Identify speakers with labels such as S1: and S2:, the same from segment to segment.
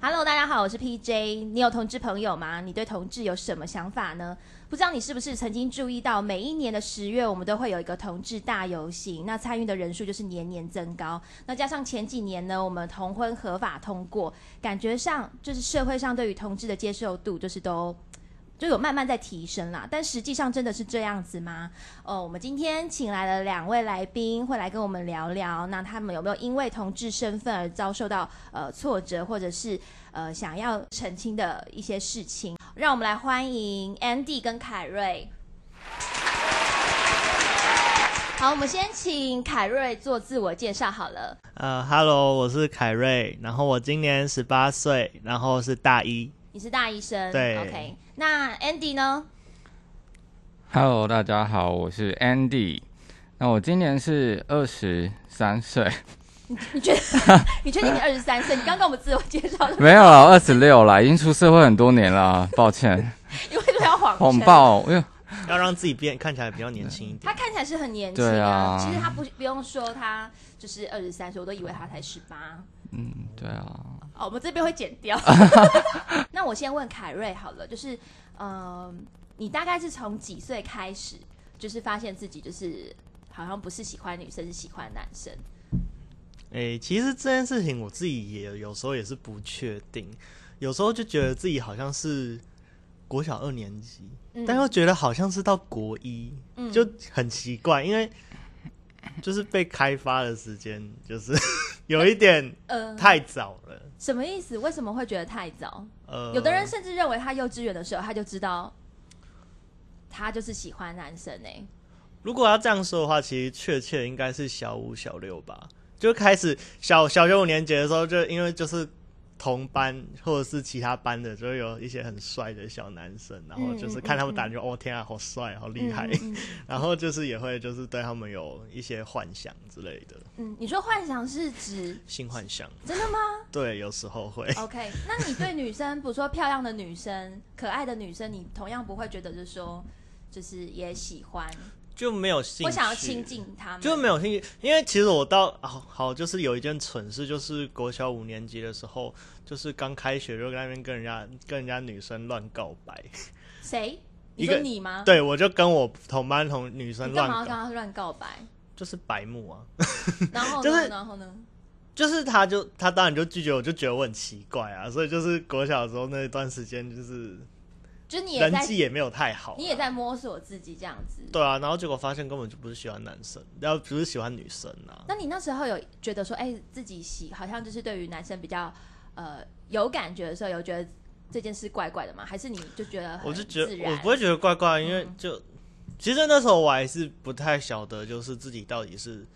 S1: Hello，大家好，我是 PJ。你有同志朋友吗？你对同志有什么想法呢？不知道你是不是曾经注意到，每一年的十月我们都会有一个同志大游行，那参与的人数就是年年增高。那加上前几年呢，我们同婚合法通过，感觉上就是社会上对于同志的接受度就是都。就有慢慢在提升啦，但实际上真的是这样子吗？哦，我们今天请来了两位来宾，会来跟我们聊聊，那他们有没有因为同志身份而遭受到呃挫折，或者是呃想要澄清的一些事情？让我们来欢迎 Andy 跟凯瑞。好，我们先请凯瑞做自我介绍好了。
S2: 呃，Hello，我是凯瑞，然后我今年十八岁，然后是大一。
S1: 你是大医生，
S2: 对
S1: ，OK。那 Andy 呢？
S3: Hello，大家好，我是 Andy。那我今年是二十三岁，
S1: 你确你确定
S3: 哎
S1: 你二十三岁？你刚刚我们自我介绍，
S3: 没有了，二十六了，已经出社会很多年了，抱 歉，
S1: 你为什么要谎称
S3: 谎？报，哎呦，
S2: 要让自己变看起来比较年轻一点。
S1: 他看起来是很年轻
S3: 对
S1: 啊，
S3: 啊
S1: 其实他不不用说，他就是二十三岁，我都以为他才十八。
S3: 对啊，
S1: 哦，我们这边会剪 掉。 那我先问凯瑞好了，就是，呃，你大概是从几岁开始，就是发现自己就是好像不是喜欢女生，是喜欢男生？
S2: 诶、其实这件事情我自己也有时候也是不确定，有时候就觉得自己好像是国小二年级，
S1: 嗯
S2: 但又觉得好像是到国一，
S1: 嗯
S2: 就很奇怪，因为就是被开发的时间就是 有一点
S1: 呃，
S2: 太早了。
S1: 什么意思？为什么会觉得太早？
S2: 呃，
S1: 有的人甚至认为他幼稚园的时候他就知道，他就是喜欢男生哎、
S2: 如果要这样说的话，其实确切应该是小五、小六吧，就开始小小学五年级的时候，就因为就是同班或者是其他班的，就有一些很帅的小男生，然后就是看他们打球，哦天啊，好帅，好厉害，
S1: 嗯嗯嗯
S2: 然后就是也会就是对他们有一些幻想之类的
S1: 嗯，你说幻想是指
S2: 性幻想，
S1: 真的吗
S2: 对，有时候会。
S1: ？OK，那你对女生，比如说漂亮的女生、可爱的女生，你同样不会觉得就是说，就是也喜欢，
S2: 就没有兴趣，
S1: 我想要亲近她们，
S2: 就没有兴趣，因为其实我到好好就是有一件蠢事，就是国小五年级的时候，就是刚开学就在那边跟人家跟人家女生乱告白，
S1: 谁？你
S2: 一
S1: 说
S2: 个
S1: 你吗？
S2: 对我就跟我同班同女生
S1: 啊你干嘛要
S2: 乱
S1: 跟
S2: 告，
S1: 他乱告 白？
S2: 就是白目啊，
S1: 然后
S2: 就
S1: 呢？
S2: 是
S1: 然后呢？
S2: 就是他就他当然就拒绝我，就觉得我很奇怪啊，所以就是国小的时候那段时间就是
S1: 就是你也
S2: 人
S1: 在，
S2: 际也没有太好啊、
S1: 你也在摸索自己这样子。
S2: 对啊，然后结果发现根本就不是喜欢男生，然后不是喜欢女生啊，
S1: 那你那时候有觉得说，哎、自己喜好像就是对于男生比较呃有感觉的时候，有觉得这件事怪怪的吗？还是你就觉得很
S2: 我就觉
S1: 自
S2: 得
S1: 然嗯
S2: 我不会觉得怪怪，因为就、其实那时候我还是不太晓得，就是自己到底是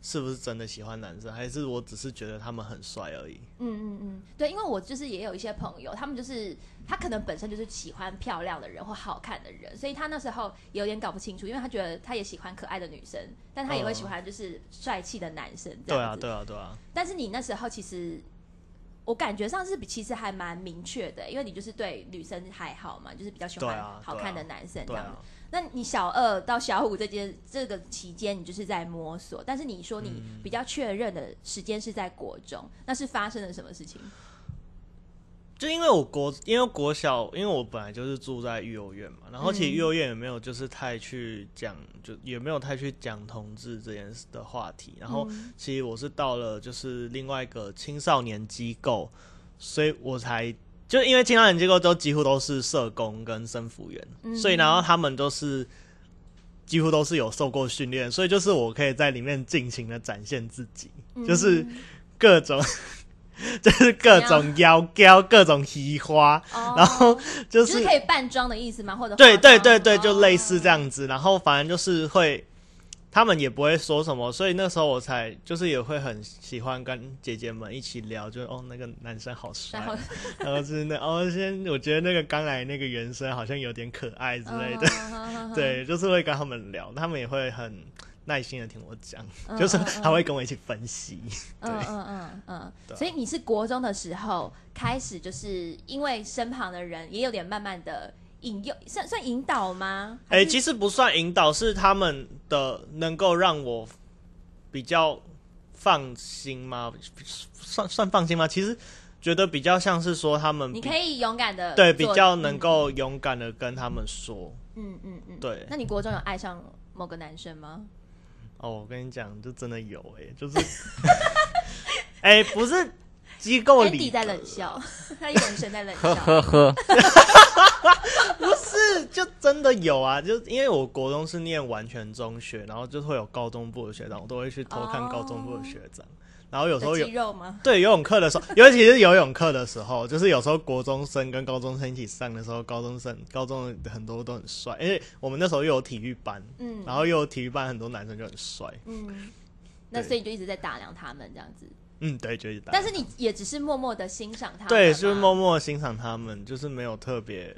S2: 是不是真的喜欢男生，还是我只是觉得他们很帅而已。
S1: 嗯嗯嗯，对，因为我就是也有一些朋友，他们就是他可能本身就是喜欢漂亮的人或好看的人，所以他那时候有点搞不清楚，因为他觉得他也喜欢可爱的女生，但他也会喜欢就是帅气的男生这
S2: 对
S1: 样
S2: 啊，
S1: 子。
S2: 对啊，对啊，
S1: 但是你那时候其实。我感觉上是比其实还蛮明确的，因为你就是对女生还好嘛，就是比较喜
S2: 对
S1: 欢
S2: 啊
S1: 好
S2: 对啊
S1: 看的男生这
S2: 对
S1: 样
S2: 啊。
S1: 那你小二到小五这间这个期间，你就是在摸索，但是你说你
S2: 嗯
S1: 比较确认的时间是在国中，那是发生了什么事情？
S2: 就因为我国，因为国小，因为我本来就是住在育幼院嘛，然后其实育幼院也没有就是太去讲，就也没有太去讲同志这件事的话题。然后其实我是到了就是另外一个青少年机构，所以我才就因为青少年机构都几乎都是社工跟生服员，所以然后他们都是。几乎都是有受过训练，所以就是我可以在里面尽情的展现自己，就是各种， 就是各种妖娇，各种奇花，
S1: 哦，
S2: 然后
S1: 就
S2: 就
S1: 是
S2: 是
S1: 可以扮装的意思吗？或者
S2: 对
S1: 化妆
S2: 对对对，就类似这。
S1: 哦
S2: 样子。然后反正就是会，他们也不会说什么，所以那时候我才就是也会很喜欢跟姐姐们一起聊，就是哦那个男生好帅
S1: 然，后
S2: 然后就是那哦先我觉得那个刚来那个原生好像有点可爱之类的，
S1: 的
S2: 对，就是会跟他们聊，他们也会很耐心的听我讲，
S1: 嗯
S2: 就是
S1: 嗯
S2: 还会跟我一起分析。
S1: 嗯
S2: 对
S1: 嗯嗯嗯嗯，
S2: 对啊
S1: 所以你是国中的时候开始，就是因为身旁的人也有点慢慢的引诱，算算引导吗？
S2: 哎、
S1: 还是
S2: 其实不算引导，是他们的能够让我比较放心吗？算算放心吗？其实觉得比较像是说他们
S1: 你
S2: 嗯比
S1: 可以勇敢的
S2: 对比较能，够勇敢的跟他们说。
S1: 嗯嗯嗯。
S2: 对，
S1: 那你国中有爱上某个男生吗？
S2: 哦，我跟你讲，就真的有 哎、就是哎、不是机构
S1: d
S2: 里
S1: y 在冷笑， 他眼神在冷笑。
S3: 呵呵，
S2: 不是，就真的有啊！就因为我国中是念完全中学，然后就会有高中部的学长，我都会去偷看高中部的学长。然后有时候
S1: 的
S2: 有
S1: 肌肉吗？
S2: 对游泳课的时候，尤其是游泳课的时候，就是有时候国中生跟高中生一起上的时候，高中生高中的很多都很帅，因为我们那时候又有体育班，
S1: 嗯
S2: 然后又有体育班很多男生就很帅，
S1: 嗯，那
S2: 对
S1: 所以你就一直在打量他们这样子，
S2: 嗯，对，就是打。
S1: 但是你也只是默默的欣赏他们，
S2: 对，就是默。默地欣赏他们，就是没有特别。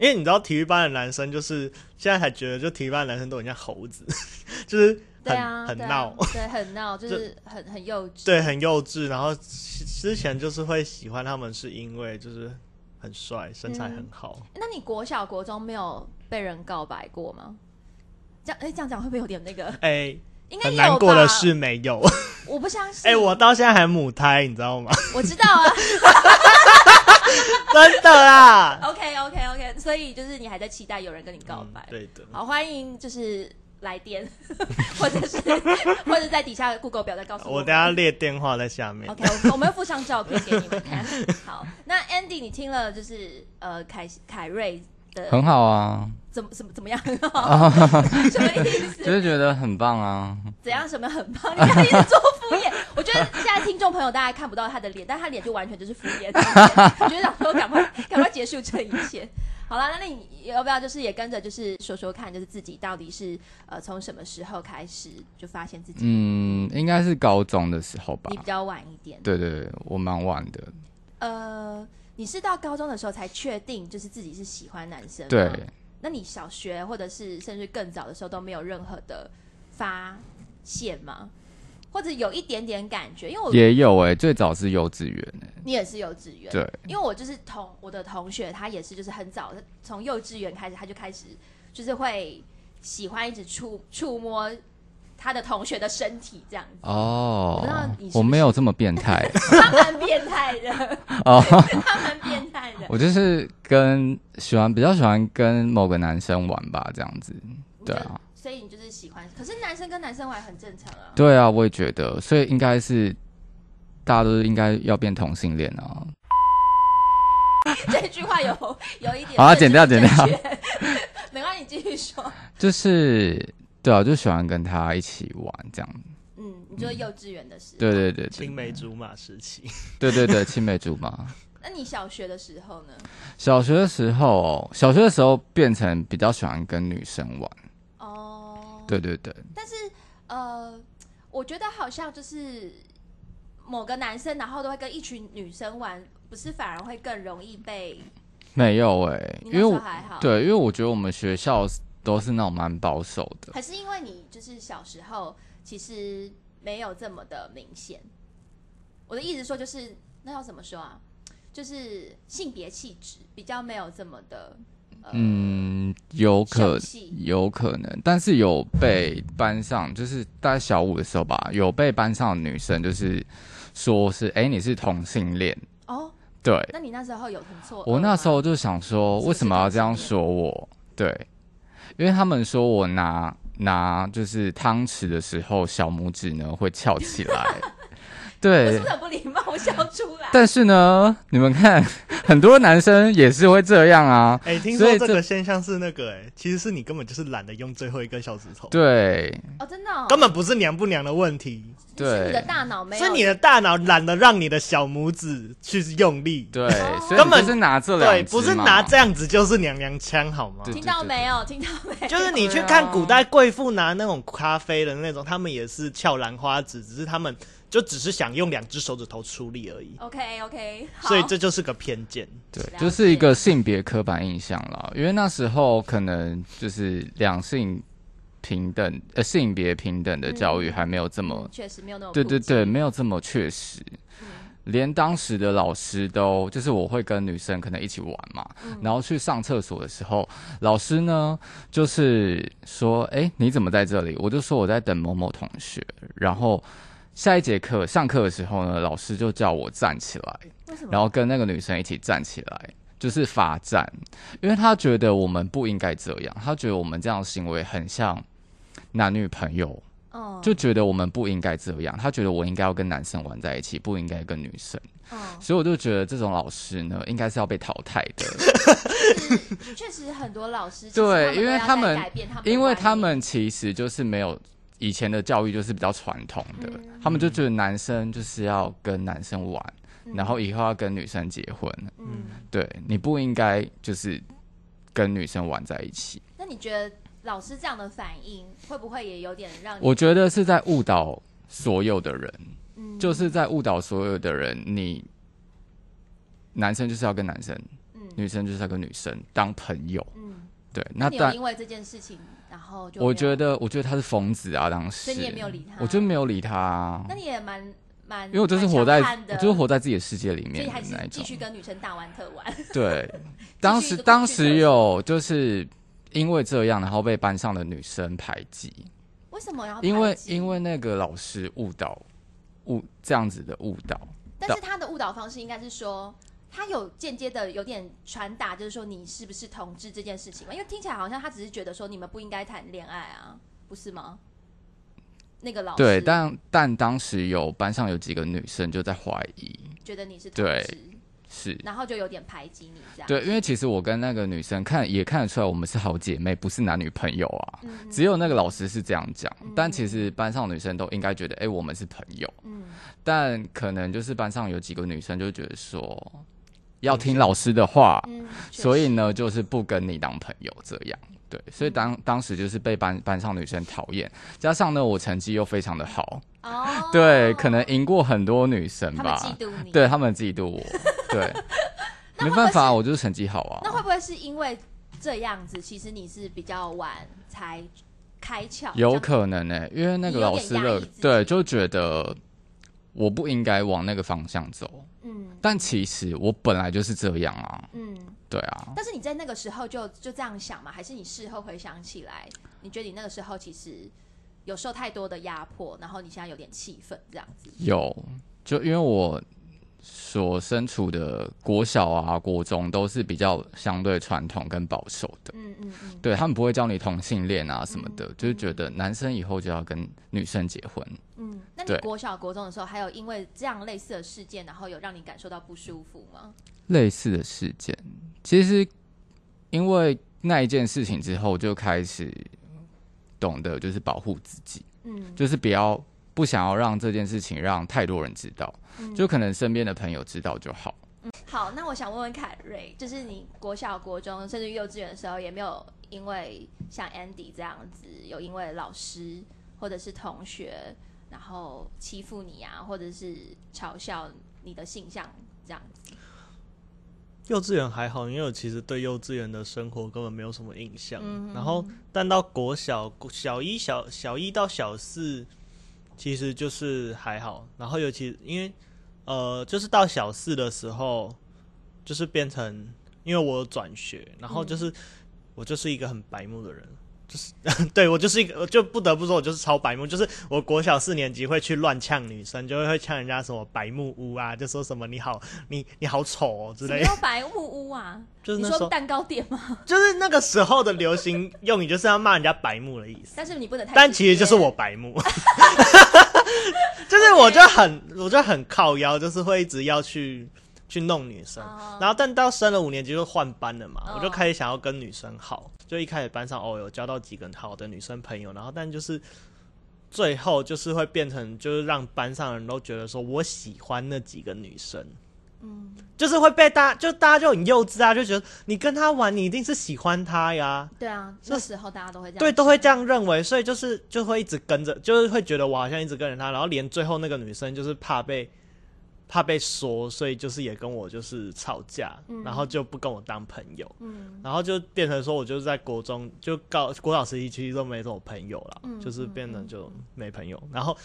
S2: 因为你知道体育班的男生，就是现在还觉得，就体育班的男生都很像猴子， 就是
S1: 对
S2: 很、
S1: 啊，
S2: 很
S1: 对啊
S2: 闹，，
S1: 对，很 闹，就是很很幼稚。
S2: 对，很幼稚。然后之之前就是会喜欢他们，是因为就是很帅，身
S1: 嗯
S2: 材很好。
S1: 那你国小、国中没有被人告白过吗？这样，哎、这样讲会不会有点那个？
S2: 哎、
S1: 应该
S2: 很
S1: 有
S2: 难
S1: 吧？
S2: 过的是没有。
S1: 我不相信。
S2: 哎、我到现在还母胎，你知道吗？
S1: 我知道啊。
S2: 真的啦。
S1: OK OK OK，所以就是你还在期待有人跟你告白。
S2: 嗯对的。
S1: 好，欢迎就是来电， 或者是或者在底下 Google 表再告诉
S2: 我
S1: 们
S2: 等下列电话在下面。
S1: OK，我我们会附上照片给你们 看。好，那 Andy，你听了就是呃凯凯瑞的
S3: 很好啊，
S1: 怎么怎么怎么样？ 什么意
S3: 就
S1: 思？
S3: 是觉得很棒啊。
S1: 怎样？什么很棒？你看你在做敷衍。我觉得现在听众朋友大家看不到他的脸，但他脸就完全就是敷衍。我觉得想说赶快赶快结束这一切。好啦，那你要不要就是也跟着就是说说看，就是自己到底是呃从什么时候开始就发现自己、
S3: 嗯，应该是高中的时候吧
S1: 你。比较晚一点？
S3: 对对对，我蛮晚的。
S1: 呃，你是到高中的时候才确定就是自己是喜欢男生吗？
S3: 对，
S1: 那你小学或者是甚至更早的时候都没有任何的发现吗？或者有一点点感觉？因为我
S3: 也有哎、最早是幼稚园欸、
S1: 你也是幼稚园，
S3: 对，
S1: 因为我就是同我的同学，他也是就是很早从幼稚园开始，他就开始就是会喜欢一直触触摸他的同学的身体这样 子。我
S3: 哦
S1: 不知道你是不，是
S3: 我没有这么 变态欸、
S1: 他蛮变态的，
S3: 哦，
S1: 他蛮变态的。
S3: 我就是跟喜欢比较喜欢跟某个男生玩吧，这样子。对啊，
S1: 所以你就是喜欢，可是男生跟男生玩很正常啊。
S3: 对啊，我也觉得，所以应该是大家都应该要变同性恋啊。
S1: 这句话有有一点
S3: 好啊
S1: 政治
S3: 剪掉
S1: 不
S3: 剪掉
S1: 正确， 没关系，你继续说。
S3: 就是对啊，就喜欢跟他一起玩这样。
S1: 嗯，你就是幼稚园的时候。
S3: 嗯对对对对
S2: 青梅竹马时 期，
S3: 对对对，青梅竹马。
S1: 那你小学的时候呢？
S3: 小学的时候哦，小学的时候变成比较喜欢跟女生玩。
S1: 哦，
S3: 对对对，
S1: 但是呃，我觉得好像就是某个男生，然后都会跟一群女生玩，不是反而会更容易被？
S3: 没有哎、
S1: 你那
S3: 因为
S1: 时候
S3: 我
S1: 还好，，
S3: 对，因为我觉得我们学校都是那种蛮保守的。
S1: 还是因为你就是小时候其实没有这么的明显。我的意思说，就是那要怎么说啊？就是性别气质比较没有这么的，呃，
S3: 嗯，有
S1: 秀
S3: 可
S1: 气
S3: 有可能，但是有被班上，就是大概小五的时候吧，有被班上的女生就是说是，哎、你是同性恋。
S1: 哦，
S3: 对
S1: 那你那时候有很错愕吗？
S3: 我那时候就想
S1: 是
S3: 说，
S1: 不是
S3: 为什么要这样
S1: 同性
S3: 说我？对，因为他们说我拿拿就是汤匙的时候，小拇指呢会翘起来。
S1: 我是
S3: 对
S1: 不，是很不礼貌？我笑出来。
S3: 但是呢，你们看，很多男生也是会这样啊。
S2: 哎、听
S3: 所
S2: 说
S3: 以
S2: 这
S3: 这
S2: 个现象是那个、哎，其实是你根本就是懒得用最后一根小指头，
S3: 对，
S1: 哦，真的、哦，
S2: 根本不是娘不娘的问题，
S1: 是你的
S3: 对，
S1: 大脑没有，
S2: 是你的大脑懒得让你的小拇指去用力。
S3: 对，所以
S2: 根本
S3: 你就是拿这两
S2: 对，
S3: 只
S2: 不是
S3: 嘛
S2: 拿这样子就是娘娘腔好吗？
S3: 对
S1: 听到没有？听到没有？
S2: 就是你去
S3: 对啊
S2: 看古代贵妇拿那种咖啡的那种，他们也是翘兰花指，只是他们就只是想用两只手指头出力而已，
S1: OK OK，
S2: 所以这就是个偏见。
S3: 对
S1: 了，
S3: 就是一
S1: 解
S3: 个性别刻板印象啦。因为那时候可能就是两性平等呃性别平等的教育
S1: 嗯
S3: 还没有这么
S1: 嗯确实没有那么
S3: 对对对，
S1: 普及嗯
S3: 没有这么确实。连当时的老师都，就是我会跟女生可能一起玩嘛，
S1: 嗯
S3: 然后去上厕所的时候，老师呢就是说：“哎、你怎么在这里？”我就说我在等某某同学。然后下一节课上课的时候呢，老师就叫我站起来，
S1: 为什么？
S3: 然后跟那个女生一起站起来，就是罚站，因为他觉得我们不应该这样，他觉得我们这样的行为很像男女朋友
S1: 哦，
S3: 就觉得我们不应该这样，他觉得我应该要跟男生玩在一起，不应该跟女生，
S1: 哦，
S3: 所以我就觉得这种老师呢，应该是要被淘汰的，
S1: 确实很多老师
S3: 对
S1: 其实
S3: 因
S1: 都要
S3: 为他
S1: 在
S3: 们
S1: 改变他们的
S3: 因为
S1: 观
S3: 他
S1: 念
S3: 们其实就是没有以前的教育就是比较传统的，
S1: 嗯
S3: 他们就觉得男生就是要跟男生玩，然后以后要跟女生结婚，
S1: 嗯，
S3: 对，你不应该就是跟女生玩在一起，
S1: 那你觉得老师这样的反应会不会也有点让你
S3: 我觉得是在误导所有的人。
S1: 嗯
S3: 就是在误导所有的人，你男生就是要跟男生，
S1: 嗯
S3: 女生就是要跟女生当朋友，
S1: 嗯，
S3: 对。那
S1: 那你有
S3: 但
S1: 因为这件事情，然后就没
S3: 我
S1: 有
S3: 觉，得，我觉得他是疯子啊，当时，
S1: 所以你也没有理他
S3: 我就没有理他、啊
S1: 那，你也蛮蛮，
S3: 因为我就是活在
S1: 嗯蛮强悍，
S3: 我
S1: 的
S3: 就是活在自己的世界里
S1: 所
S3: 面
S1: 以
S3: 的
S1: 还是
S3: 那一
S1: 继
S3: 种。
S1: 续跟女生大玩特玩。
S3: 对，当时当时有就是因为这样，然后被班上的女生排挤，
S1: 为什么哦要排挤？
S3: 因为因为那个老师误导误这样子的误导。
S1: 但是他的误导方式应该是说，他有间接的有点传达，就是说你是不是同志这件事情嘛？因为听起来好像他只是觉得说你们不应该谈恋爱啊，不是吗？那个老师
S3: 对，但但当时有班上有几个女生就在怀疑，
S1: 觉得你是同
S3: 对
S1: 志，
S3: 是
S1: 然后就有点排挤你这样。
S3: 对，因为其实我跟那个女生看也看得出来，我们是好姐妹，不是男女朋友啊。
S1: 嗯
S3: 只有那个老师是这样讲，但其实班上女生都应该觉得，哎、我们是朋友。
S1: 嗯，
S3: 但可能就是班上有几个女生就觉得说，要听老师的话，
S1: 嗯，确
S3: 所以
S1: 实
S3: 呢，就是不跟你当朋友这样。对，所以
S1: 嗯
S3: 当当时就是被班班上女生讨厌，加上呢，我成绩又非常的好，
S1: 哦，
S3: 对，可能赢过很多女生
S1: 他们
S3: 吧。
S1: 嫉妒你。
S3: 对他们嫉妒我， 对，没办法，我就是成绩好啊
S1: 那。会不会是因为这样子，其实你是比较晚才开窍？
S3: 有
S1: 这样
S3: 可能呢、欸因为那
S1: 你
S3: 个
S1: 有
S3: 老
S1: 点
S3: 师
S1: 压
S3: 的
S1: 抑自己
S3: 对就觉得我不应该往那个方向走，
S1: 嗯
S3: 但其实我本来就是这样啊，
S1: 嗯。
S3: 对啊，
S1: 但是你在那个时候就就这样想吗？还是你事后回想起来，你觉得你那个时候其实有受太多的压迫，然后你现在有点气愤这样子？
S3: 有就因为我所身处的国小啊、国中都是比较相对传统跟保守的。
S1: 嗯嗯嗯。
S3: 对他们不会教你同性恋啊什么的，就是觉得男生以后就要跟女生结婚，
S1: 嗯，那你
S3: 对
S1: 国小国中的时候，还有因为这样类似的事件，然后有让你感受到不舒服吗？
S3: 类似的事件，其实因为那一件事情之后，就开始懂得就是保护自己，
S1: 嗯，
S3: 就是不要不想要让这件事情让太多人知道，就可能身边的朋友知道就好。
S1: 好，那我想问问凯瑞，就是你国小、国中甚至幼稚园的时候，也没有因为像 Andy 这样子，有因为老师或者是同学，然后欺负你啊，或者是嘲笑你的性向这样子？
S2: 幼稚园还好，因为我其实对幼稚园的生活根本没有什么印象。
S1: 嗯
S2: 然后，但到国小、国小一小、小一到小四，其实就是还好。然后，尤其因为呃，就是到小四的时候，就是变成因为我有转学，然后就是、我就是一个很白目的人。 就是对我就是一个，我就不得不说，我就是超白目。就是我国小四年级会去乱呛女生，就会会呛人家什么白目屋啊，就说什么你好你你好丑哦之
S1: 什么
S2: 类的。
S1: 叫白木屋啊？
S2: 就是
S1: 你
S2: 那时
S1: 说
S2: 候，
S1: 蛋糕店吗？
S2: 就是那个时候的流行用语，就是要骂人家白目的意思。
S1: 但是你不能太直接，
S2: 但其实就是我白目， 就是我就很我就很靠腰，就是会一直要去去弄女生。
S1: 哦
S2: 然后但到升了五年级就换班了嘛，
S1: 哦
S2: 我就开始想要跟女生好，就一开始班上哦有交到几个好的女生朋友，然后但就是。最后就是会变成，就是让班上的人都觉得说我喜欢那几个女生，
S1: 嗯
S2: 就是会被大就大家就很幼稚啊，就觉得你跟她玩，你一定是喜欢她呀，
S1: 对啊，
S2: 这
S1: 那时候大家都会这样，
S2: 对，都会这样认为，所以就是就会一直跟着，就是会觉得我好像一直跟着他，然后连最后那个女生就是怕被怕被说，所以就是也跟我就是吵架，然后就不跟我当朋友，
S1: 嗯
S2: 然后就变成说我就是在国中就高国小时期其实都没什么朋友了，
S1: 嗯
S2: 就是变得
S1: 嗯
S2: 就没朋友。然后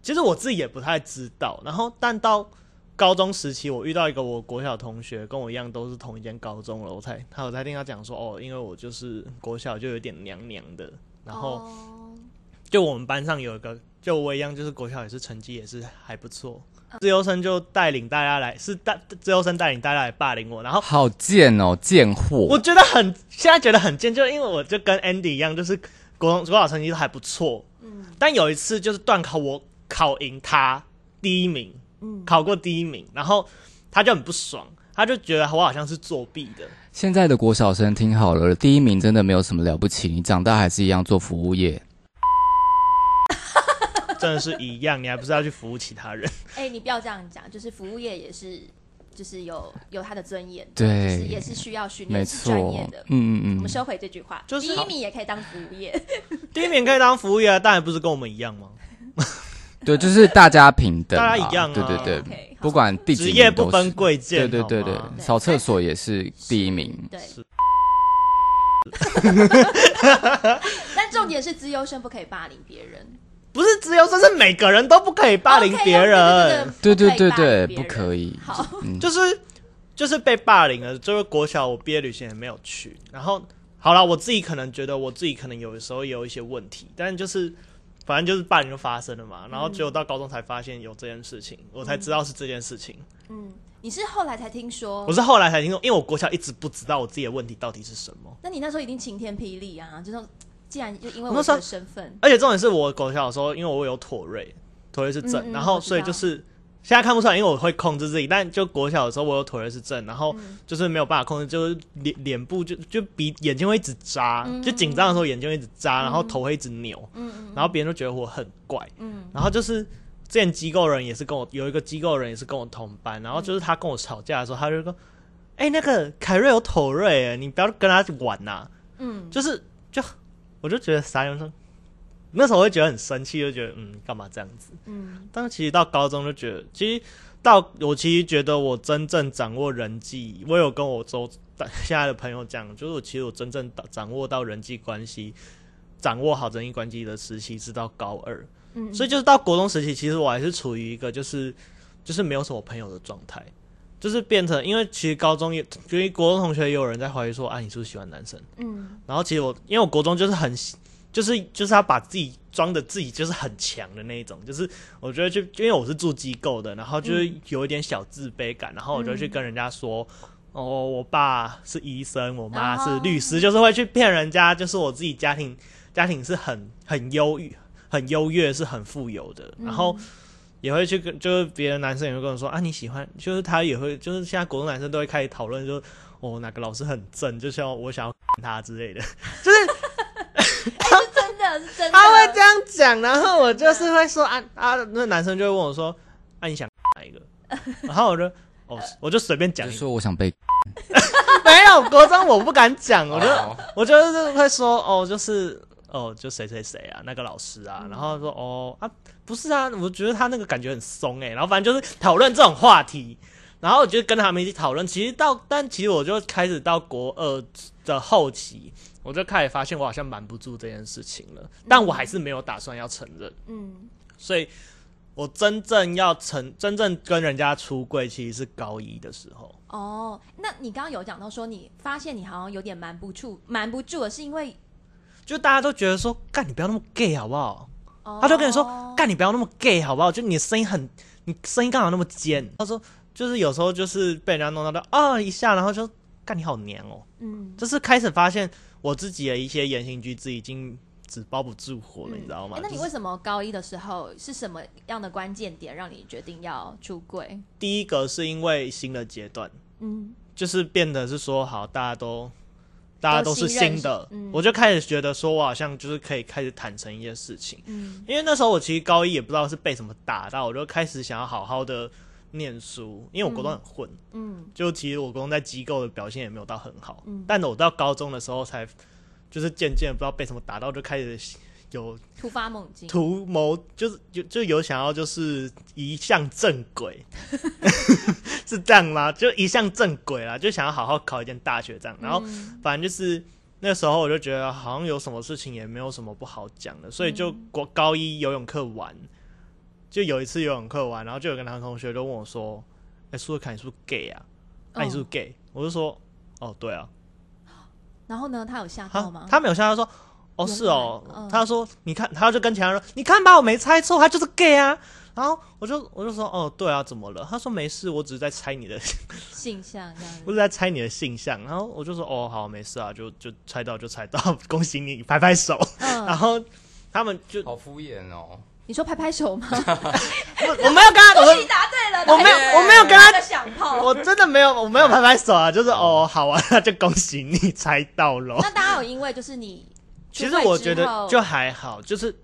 S2: 其实我自己也不太知道，然后但到高中时期，我遇到一个我国小同学，跟我一样都是同一间高中了，我才他有在听他讲说哦，因为我就是国小就有点娘娘的，然后
S1: 哦
S2: 就我们班上有一个，就我一样，就是国校也是成绩也是还不错，自由生就带领大家来，是带自由生带领大家来霸凌我，然后
S3: 好贱哦，贱
S2: 我
S3: 货！
S2: 觉得很现在觉得很贱，就因为我就跟 Andy 一样，就是国中国考成绩都还不错，
S1: 嗯
S2: 但有一次就是段考我考赢他第一名，
S1: 嗯
S2: 考过第一名，然后他就很不爽，他就觉得我好像是作弊的，
S3: 现在的国小生听好了，第一名真的没有什么了不起，你长大还是一样做服务业。
S2: 真的是一样，你还不是要去服务其他人？
S1: 哎、你不要这样讲，就是服务业也是，就是有有它的尊严，
S3: 对
S1: 就是也是需要训练，
S3: 没
S1: 是专
S3: 错
S1: 业的，。我
S3: 嗯嗯
S1: 们
S3: 嗯，
S1: 收回这句话，
S2: 就是
S1: 第一名也可以当服务业，
S2: 第一名可以当服务员，但还不是跟我们一样吗？
S3: 对，就是大家平等嘛，
S2: 大家一样啊
S3: 对对对
S1: OK，好
S3: 不管第几
S2: 职
S3: 名
S2: 业
S3: 都
S2: 不
S3: 是
S2: 分贵贱，
S3: 对对对
S2: 好
S3: 对
S2: 吗，
S1: 对
S3: 扫厕所也是第一名。
S1: 对
S2: 是。
S1: 但重点是资优生不可以霸凌别人，
S2: 不是自由生，是每个人都不可以霸凌
S1: OK，
S2: 别人，
S3: 对对对
S1: 不可以霸凌
S3: 对，
S1: 别
S3: 不
S1: 人
S3: 可以。
S1: 好，
S3: 嗯，
S2: 就是就是被霸凌了。就是国小我毕业旅行也没有去，然后好了，我自己可能觉得我自己可能有时候也有一些问题，但就是反正就是霸凌就发生了嘛。然后只有到高中才发现有这件事情，我才知道是这件事情。
S1: 嗯，你是后来才听说
S2: 我，是后来才听说，因为我国小一直不知道我自己的问题到底是什么。
S1: 那你那时候一定晴天霹雳啊！就是既然就因为
S2: 我
S1: 我
S2: 那时候
S1: 的身份，
S2: 而且重点是我国小的时候，因为我有妥瑞，妥瑞是正，
S1: 嗯嗯
S2: 然
S1: 我
S2: 后
S1: 知
S2: 所以
S1: 道
S2: 就是现在看不出来，因为我会控制自己，但就国小的时候我有妥瑞是正，然后
S1: 嗯
S2: 就是没有办法控制，就是脸脸部就就鼻眼睛会一直眨，
S1: 嗯
S2: 就紧张的时候眼睛会一直眨，然后
S1: 嗯
S2: 头会一直扭，
S1: 嗯嗯
S2: 然后别人就觉得我很怪，
S1: 嗯
S2: 然后就是。之前机构人也是跟我有一个机构人也是跟我同
S1: 嗯
S2: 班，然后就是他跟我吵架的时候，他就说：“哎、那个凯瑞有妥瑞耶，你不要跟他玩呐、
S1: 嗯，
S2: 就是就我就觉得傻眼说，那时候我会觉得很生气，就觉得嗯，干嘛这样子？
S1: 嗯
S2: 但是其实到高中就觉得，其实到我其实觉得我真正掌握人际，我有跟我周现在的朋友讲，就是我其实我真正掌握到人际关系。掌握好人际关系的时期是到高二，
S1: 嗯，
S2: 所以就是到国中时期，其实我还是处于一个就是就是没有什么朋友的状态，就是变成因为其实高中也，因为国中同学也有人在怀疑说，啊，你是不是喜欢男生？
S1: 嗯
S2: 然后其实我因为我国中就是很喜，就是就是要把自己装的自己就是很强的那一种，就是我觉得就因为我是住机构的，然后就是有一点小自卑感，然后我就去跟人家说。哦，我爸是医生，我妈是律师就是会去骗人家，就是我自己家庭家庭是很很优越、很优越，是很富有的。然后也会去跟，就是别的男生也会跟我说啊，你喜欢，就是他也会，就是现在国中男生都会开始讨论，就是哦哪个老师很正，就像我想要他之 类的，
S1: 是真的是真的，
S2: 他会这样讲，然后我就是会说啊啊，那男生就会问我说啊你想哪 一个，然后我就哦我就随便讲
S3: 就
S2: 一个，
S3: 说我想被，
S2: 没有国中我不敢讲，我就
S3: 哦
S2: 我就是会说哦就是。哦，就谁谁谁啊，那个老师啊，然后说哦啊，不是啊，我觉得他那个感觉很松哎、然后反正就是讨论这种话题，然后我就跟他们一起讨论。其实到，但其实我就开始到国二的后期，我就开始发现我好像瞒不住这件事情了，但我还是没有打算要承认。
S1: 嗯
S2: 所以我真正要承真正跟人家出柜，其实是高一的时候。
S1: 哦，那你刚刚有讲到说你发现你好像有点瞒不住，瞒不住了，是因为
S2: 就大家都觉得说，干你不要那么 gay 好不好？
S1: 哦，
S2: 他就跟你说，干你不要那么 gay 好不好？就你的声音很，你声音刚好那么尖。他说，就是有时候就是被人家弄到的啊一下，然后就干你好娘哦。
S1: 嗯，
S2: 就是开始发现我自己的一些言行举止已经纸包不住火了，
S1: 嗯
S2: 你知道吗
S1: 哎？那你
S2: 就
S1: 为
S2: 是
S1: 什么高一的时候是什么样的关键点让你决定要出柜？
S2: 第一个是因为新的阶段，
S1: 嗯
S2: 就是变得是说好，大家都大家都是新的，
S1: 都信任嗯
S2: 我就开始觉得说我好像就是可以开始坦诚一些事情，
S1: 嗯
S2: 因为那时候我其实高一也不知道是被什么打到，我就开始想要好好的念书，因为我国中很混，
S1: 嗯
S2: 就其实我国中在机构的表现也没有到很好，
S1: 嗯
S2: 但我到高中的时候才，就是渐渐不知道被什么打到，就开始有
S1: 突发猛进，
S2: 图谋，就是就就有想要就是一向正轨， 是这样吗？就一向正轨啦，就想要好好考一间大学这样。然后
S1: 嗯
S2: 反正就是那时候我就觉得好像有什么事情也没有什么不好讲的，所以就国高一游泳课玩，就有一次游泳课玩，然后就有个男同学就问我说：“哎、苏瑞凯，你是不是 gay 啊？那、
S1: 嗯哦
S2: 你是不是 gay？” 我就说：“哦，对啊。”
S1: 然后呢，他有吓到
S2: 他
S1: 吗？
S2: 他没有笑，他说：“哦，
S1: 原
S2: 是哦。
S1: 来嗯
S2: 他说：“你看，他就跟其他人说，你看吧，我没猜错，他就是 gay 啊。”然后我就我就说：“哦，对啊，怎么了？”他说：“没事，我只是在猜你的，
S1: 性向这样子，
S2: 我只是在猜你的性向。”然后我就说：“哦，好，没事啊，就就猜到就猜到， 恭喜你，拍拍手。”然
S1: 嗯，
S2: 后他们就
S3: 好敷衍哦。
S1: 你说拍拍手 吗？
S2: 我我没有跟他，我
S1: 答对了
S2: 我没有我没有跟他
S1: 的响炮。
S2: 我真的没有，我没有拍拍手啊，
S1: 嗯
S2: 就是哦，好啊， 那就恭喜你猜到喽。
S1: 那大家有因为就是你出柜
S2: 其实
S1: 之后，
S2: 我觉得就还好，就是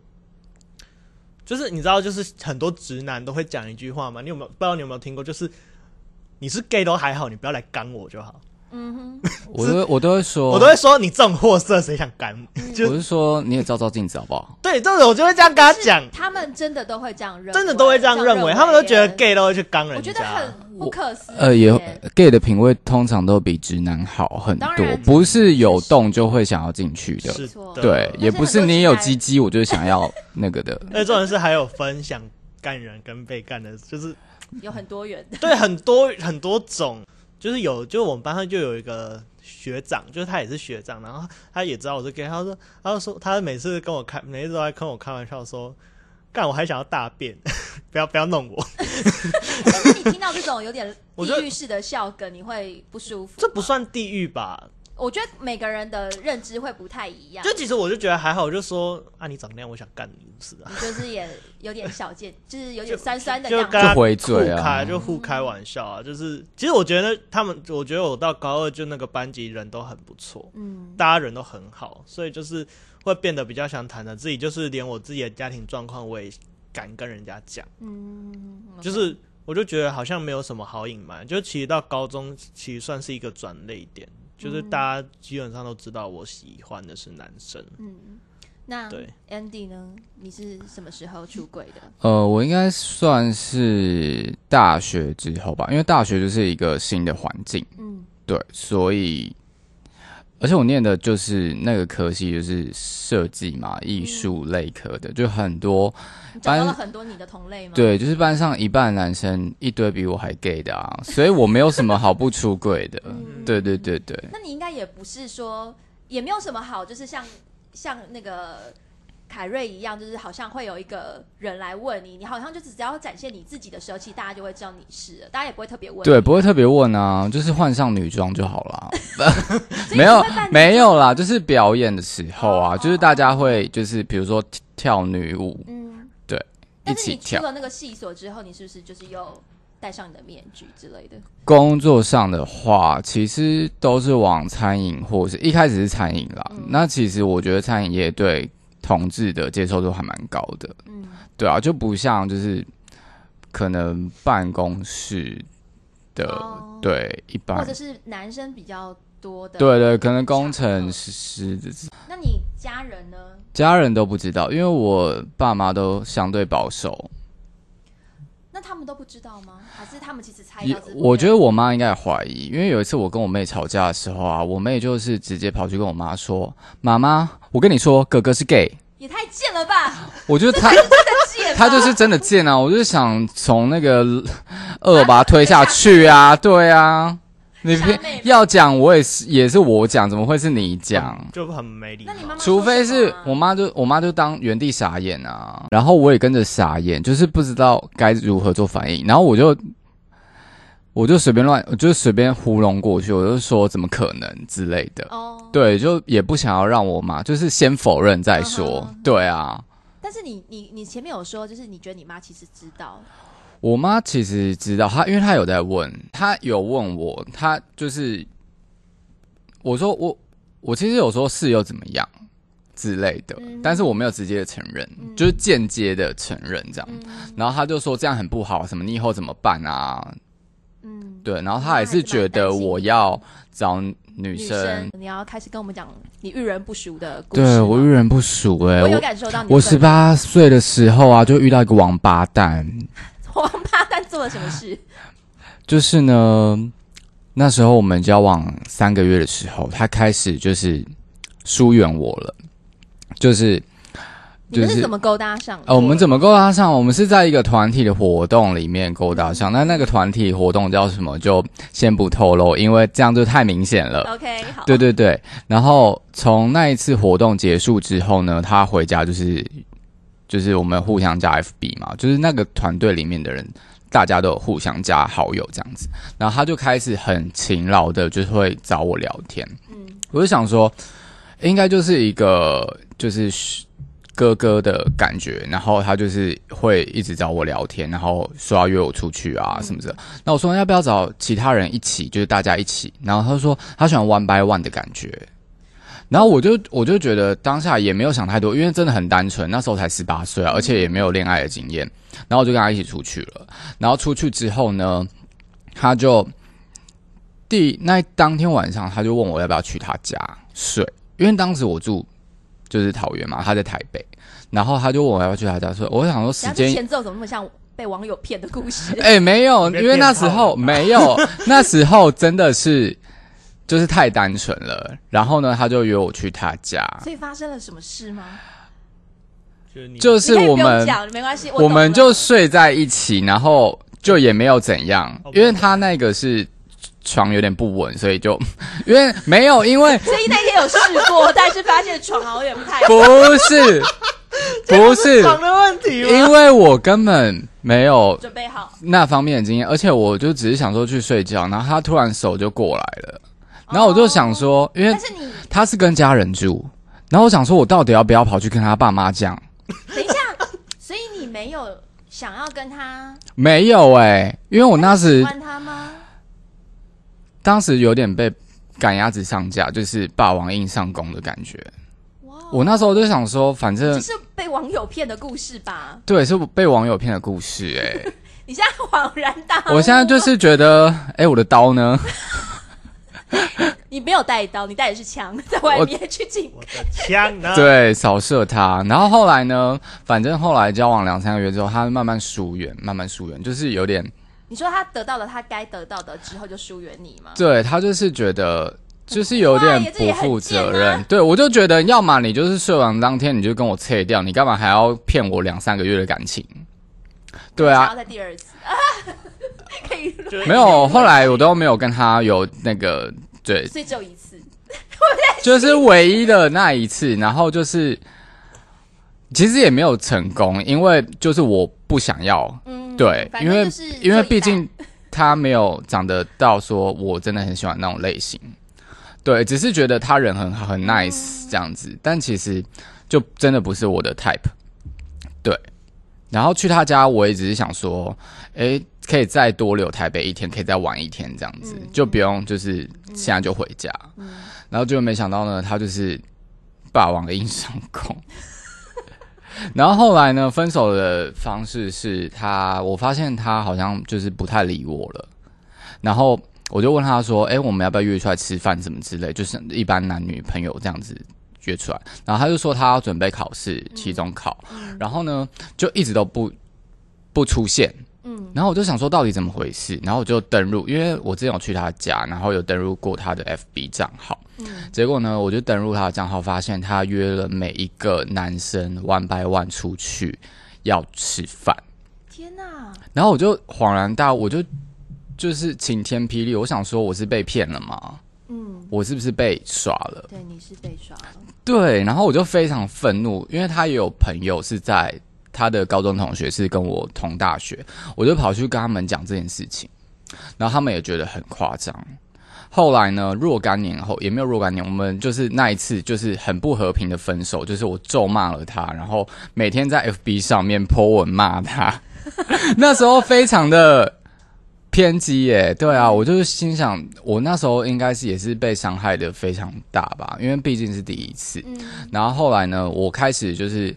S2: 就是你知道，就是很多直男都会讲一句话嘛，你有没有不知道你有没有听过？就是你是 gay 都还好，你不要来干我就好。
S1: 嗯
S3: 我都我都会说，
S2: 我都会说你这种货色，谁想干我？
S1: 嗯
S2: 就
S3: 我是说你也照照镜子好不好？
S2: 对，这种我就会这样跟他
S1: 哼，
S2: 讲
S1: 是，他们真的都会这样认为，
S2: 嗯真的都会这样认为，他们都觉得
S1: 耶
S2: gay 都会去刚人
S1: 我
S2: 家。
S1: 觉得很不可思议耶。
S3: 呃，也 gay 的品味通常都比直男好很
S1: 当
S3: 多
S1: 然，
S3: 不是有动就会想要进去的。
S2: 是
S1: 错
S2: 的，
S3: 对，
S1: 但
S3: 也
S1: 是
S3: 不
S1: 很
S3: 是
S1: 多
S3: 你
S1: 直
S3: 有
S1: 男
S3: 鸡鸡我就想要那个的。
S2: 而且重点是还有分享干人跟被干的，就是
S1: 有很多 元的，
S2: 对，很多很多种，就是有，就我们班上就有一个学长，就是他也是学长，然后他也知道我是 gay，他说，他就说，他每次跟我开，每次都在跟我开玩笑说，干，我还想要大便， 不要不要弄我，
S1: 但是你听到这种有点
S2: 我觉得
S1: 地狱式的笑梗，你会不舒服。
S2: 这不，算地狱吧？
S1: 我觉得每个人的认知会不太一样，
S2: 就其实我就觉得还好，我就说啊，你长那样，我想干你，是啊，
S1: 你就是也有点小贱，就是有点
S2: 就
S1: 酸酸的
S2: 就
S1: 样
S2: 跟
S1: 子。
S2: 他
S3: 就回嘴啊
S2: 互开就互开玩笑啊，就是其实我觉得他们，我觉得我到高二就那个班级人都很不错，
S1: 嗯，
S2: 大家人都很好，所以就是会变得比较想谈的自己，就是连我自己的家庭状况我也敢跟人家讲，
S1: 嗯，
S2: 就是我就觉得好像没有什么好隐瞒，就其实到高中其实算是一个转捩点，就是大家基本上都知道我喜欢的是男生，
S1: 嗯，那
S2: 对
S1: Andy 呢？你是什么时候出轨的？
S3: 呃，我应该算是大学之后吧，因为大学就是一个新的环境，
S1: 嗯，
S3: 对，所以而且我念的就是那个科系，就是设计嘛，艺术类科的，就很多
S1: 你找到
S3: 班
S1: 了很多你的同类吗？，
S3: 对，就是班上一半男生，一堆比我还 gay 的 啊，所以我没有什么好不出柜的。
S1: 嗯
S3: 对对对对，
S1: 那你应该也不是说也没有什么好，就是像像那个凯瑞一样，就是好像会有一个人来问你，你好像就只要展现你自己的时候，其实大家就会知道你是了，大家也不会特别问你。
S3: 对，不会特别问啊，就是换上女装就好啦。
S1: 所以你
S3: 没有
S1: 会扮
S3: 没有啦，就是表演的时候啊，
S1: 哦
S3: 就是大家会就是比如说跳女舞
S1: 嗯，
S3: 对，一
S1: 但是
S3: 起
S1: 你出
S3: 跳。
S1: 了那个系所之后，你是不是就是又戴上你的面具之类的？
S3: 工作上的话，其实都是往餐饮或是一开始是餐饮啦。
S1: 嗯
S3: 那其实我觉得餐饮业对同志的接受度还蛮高的。
S1: 嗯，
S3: 对啊，就不像就是可能办公室的、
S1: 哦
S3: 对一般
S1: 或，者是男生比较多的。
S3: 对对，可能工程师
S1: 那你家人呢？
S3: 家人都不知道，因为我爸妈都相对保守，
S1: 那他们都不知道吗？还是他们其实猜
S3: 也
S1: 到这部分？啊
S3: 我觉得我妈应该也怀疑，因为有一次我跟我妹吵架的时候啊，我妹就是直接跑去跟我妈说：“妈妈，我跟你说，哥哥是 gay。
S1: 也太贱了吧！”
S3: 我觉得她
S1: 贱吧，
S3: 她就是真的贱啊，我就是想从那个二把她推下去啊，对啊。你
S1: 傻妹妹
S3: 要讲我也是也是我讲，怎么会是你讲？
S2: 就很没礼
S1: 那
S2: 貌
S1: 你。妈妈
S3: 除非
S1: 说什
S3: 是
S1: 么啊
S3: 我妈就我妈就当原地傻眼啊，然后我也跟着傻眼，就是不知道该如何做反应，然后我就我就随便乱，我就随便糊弄过去，我就说怎么可能之类的，
S1: 哦，
S3: 对，就也不想要让我妈就是先否认再说，
S1: 嗯哼
S3: 对啊，
S1: 但是你你你前面有说，就是你觉得你妈其实知道，
S3: 我妈其实知道，她因为她有在问，她有问我，她就是我说我我其实有说是又怎么样之类的，
S1: 嗯
S3: 但是我没有直接的承认，就是间
S1: 嗯
S3: 接的承认这样。然后她就说这样很不好，什么你以后怎么办啊？
S1: 嗯，
S3: 对，然后他还是觉得我要找女
S1: 女
S3: 生
S1: 生，，你要开始跟我们讲你遇人不熟的故事吗。
S3: 对我遇人不淑哎、
S1: 我有
S3: 我
S1: 感受到你的
S3: 我
S1: 愤
S3: 十
S1: 怒，
S3: 八岁的时候啊，就遇到一个王八蛋，
S1: 王八蛋做了什么事？
S3: 就是呢，那时候我们交往三个月的时候，他开始就是疏远我了，就是
S1: 你
S3: 就
S1: 们是
S3: 是
S1: 怎么勾搭上的？
S3: 呃，我们怎么勾搭上？我们是在一个团体的活动里面勾搭上，那那个团体活动叫什么？就先不透露，因为这样就太明显了。
S1: OK，好，
S3: 对对对，然后从那一次活动结束之后呢，他回家就是就是我们互相加 FB 嘛，就是那个团队里面的人，大家都有互相加好友这样子，然后他就开始很勤劳的，就是会找我聊天。
S1: 嗯
S3: 我就想说，应该就是一个就是哥哥的感觉，然后他就是会一直找我聊天，然后说要约我出去啊什么的。那我说要不要找其他人一起，就是大家一起？然后他说他喜欢 one by one 的感觉。然后我就我就觉得当下也没有想太多，因为真的很单纯，那时候才十八岁啊，而且也没有恋爱的经验。然后我就跟他一起出去了。然后出去之后呢，他就第那当天晚上他就问我要不要去他家睡，因为当时我住就是桃园嘛，他在台北，然后他就问我要不要去他家睡，我想说时
S1: 然后这
S3: 间。
S1: 前奏怎么那么像被网友骗的故 事？
S3: 哎、没有，
S2: 被
S3: 因为那
S2: 骗炮
S3: 时候
S2: 了吧
S3: 没 有，那时候真的是就是太单纯了。然后呢，他就约我去他家，
S1: 所以发生了什么事吗？
S2: 就是你
S3: 就是
S1: 你可以
S3: 我
S1: 不用
S3: 们
S1: 讲，没关系，
S3: 我
S1: 我
S3: 们
S1: 懂了
S3: 就睡在一起，然后就也没有怎样，
S1: 哦
S3: 因为他那个是床有点不稳，所以就因为没有，因为
S1: 所以那天有试过，但是发现床好像有点不 太
S3: 不 是不是，
S2: 长的问题吗？
S3: 因为我根本没有
S1: 准备好。
S3: 那方面的经验，而且我就只是想说去睡觉，然后他突然手就过来了，然后我就想说，因为
S1: 但是你
S3: 他是跟家人住，然后我想说我到底要不要跑去跟他爸妈讲？
S1: 等一下，所以你没有想要跟他
S3: 没有哎、因为我那时
S1: 喜欢他吗？
S3: 当时有点被赶鸭子上架，就是霸王硬上弓的感觉。
S1: 哇，
S3: 我那时候就想说，反
S1: 这
S3: 正
S1: 是被网友骗的故事吧？
S3: 对是被网友骗的故事哎、
S1: 你现在恍然大悟，
S3: 我现在就是觉得，哎、我的刀呢？
S1: 你没有带刀，你带的是枪，在外面去进
S2: 我的枪
S1: 啊
S2: 啊呢？
S3: 对，扫射他。然后后来呢，反正后来交往两三个月之后，他慢慢疏远，慢慢疏远，就是有点
S1: 你说他得到了他该得到的之后，就疏远你吗？
S3: 对他就是觉得。就是有点
S1: 很坏耶这
S3: 不
S1: 也很
S3: 负责
S1: 贱
S3: 任
S1: 啊，
S3: 对我就觉得，要么你就是睡完当天你就跟我撤掉，你干嘛还要骗我两三个月的感情？对啊
S1: 想，要再第二次 啊，可以录，
S2: 就是
S3: 没有，后来我都没有跟他有那个，对，
S1: 所以只有一次。
S3: 就是唯一的那一次，然后就是其实也没有成功，因为就是我不想要，
S1: 嗯，
S3: 对，
S1: 反
S3: 因
S1: 正
S3: 为
S1: 就是
S3: 因
S1: 做
S3: 为
S1: 一
S3: 毕
S1: 半
S3: 竟 他没有长得到说我真的很喜欢那种类型，对，只是觉得他人很好很
S1: 嗯
S3: nice 这样子，但其实就真的不是我的 type，对。然后去他家，我也只是想说，诶，可以再多留台北一天，可以再玩一天这样子，
S1: 嗯
S3: 就不用就是现在就回家。然后就没想到呢，他就是霸王硬上弓。然后后来呢，分手的方式是他，我发现他好像就是不太理我了。然后我就问他说：“哎、我们要不要约出来吃饭什么之类？就是一般男女朋友这样子约出来。”然后他就说他要准备考试，期中考。然后呢，就一直都不不出现。
S1: 嗯，
S3: 然后我就想说到底怎么回事，然后我就登录，因为我之前有去他家，然后有登录过他的 FB 账号，结果呢，我就登录他的账号，发现他约了每一个男生 one by one 出去要吃饭，
S1: 天哪，
S3: 然后我就恍然大悟，我就就是晴天霹雳，我想说我是被骗了吗？
S1: 嗯，
S3: 我是不是被耍了？
S1: 对，你是被耍了，
S3: 对，然后我就非常愤怒，因为他也有朋友是在他的高中同学是跟我同大学，我就跑去跟他们讲这件事情，然后他们也觉得很夸张。后来呢，若干年后也没有若干年，我们就是那一次就是很不和平的分手，就是我咒骂了他，然后每天在 FB 上面 po 文骂他， 那时候非常的偏激耶，对啊，
S1: 嗯
S3: 我就是心想，我那时候应该是也是被伤害的非常大吧，因为毕竟是第一次。
S1: 嗯，
S3: 然后后来呢，我开始就是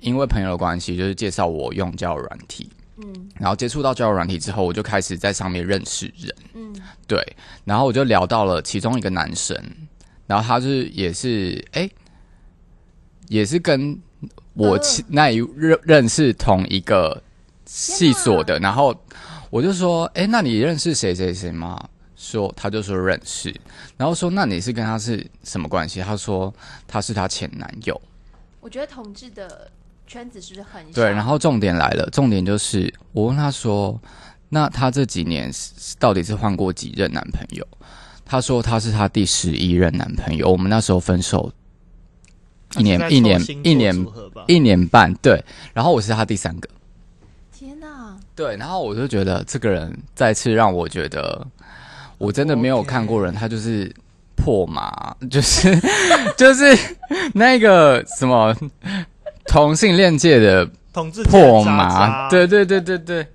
S3: 因为朋友的关系，就是介绍我用交友软体，
S1: 嗯
S3: 然后接触到交友软体之后，我就开始在上面认识人，
S1: 嗯
S3: 对，然后我就聊到了其中一个男生，然后他就是也是哎、也是跟我
S1: 嗯
S3: 其那一认认识同一个系所的，然后我就说，哎、那你认识谁谁谁吗？说他就说认识，然后说那你是跟他是什么关系？他说他是他前男友。
S1: 我觉得同志的圈子是不是很小？
S3: 对，然后重点来了，重点就是我问他说，那他这几年是到底是换过几任男朋友？他说他是他第十一任男朋友，我们那时候分手一年
S2: 他是在
S3: 一年
S2: 抽星座
S3: 一年
S2: 组合吧
S3: 一年半，对，然后我是他第三个，
S1: 天哪，
S3: 对，然后我就觉得这个人再次让我觉得我真的没有看过人，他就是。破马就是 就是那个什么同性恋界的
S2: 统治
S3: 破
S2: 麻
S3: 麻，，对对对对对。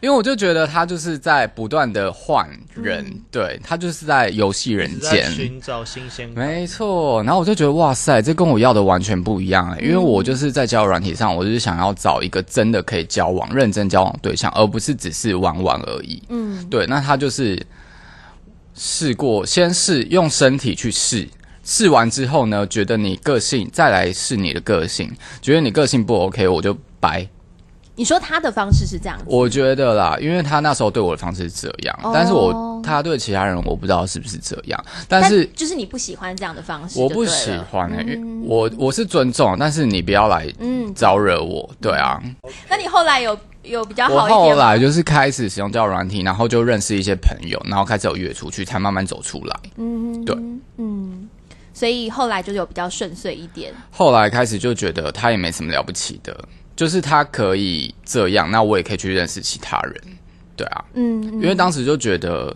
S3: 因为我就觉得他就是在不断的换人，对他就是在游戏人
S2: 嗯一直在
S3: 间，
S2: 寻找新鲜感。
S3: 没错。然后我就觉得哇塞，这跟我要的完全不一样、欸，因为我就是在交友软体上，我就是想要找一个真的可以交往、认真交往的对象，而不是只是玩玩而已。
S1: 嗯，
S3: 对，那他就是试过，先试用身体去试，试完之后呢，觉得你个性，再来试你的个性，觉得你个性不 OK，我就掰。
S1: 你说他的方式是这样子，
S3: 我觉得啦，因为他那时候对我的方式是这样，
S1: 哦
S3: 但是我他对其他人我不知道是不是这样，但 是
S1: 就是你不喜欢这样的方式就
S3: 我
S1: 对了，
S3: 不喜欢、欸，因为我我是尊重，但是你不要来
S1: 嗯，
S3: 招惹我，对啊。
S1: 那你后来有有比较
S3: 我
S1: 好一
S3: 后
S1: 点吗？
S3: 来就是开始使用交友软体，然后就认识一些朋友，然后开始有约出去，才慢慢走出来。
S1: 嗯，
S3: 对，
S1: 嗯，所以后来就有比较顺遂一点。
S3: 后来开始就觉得他也没什么了不起的，就是他可以这样，那我也可以去认识其他人，对啊，
S1: 嗯
S3: 因为当时就觉得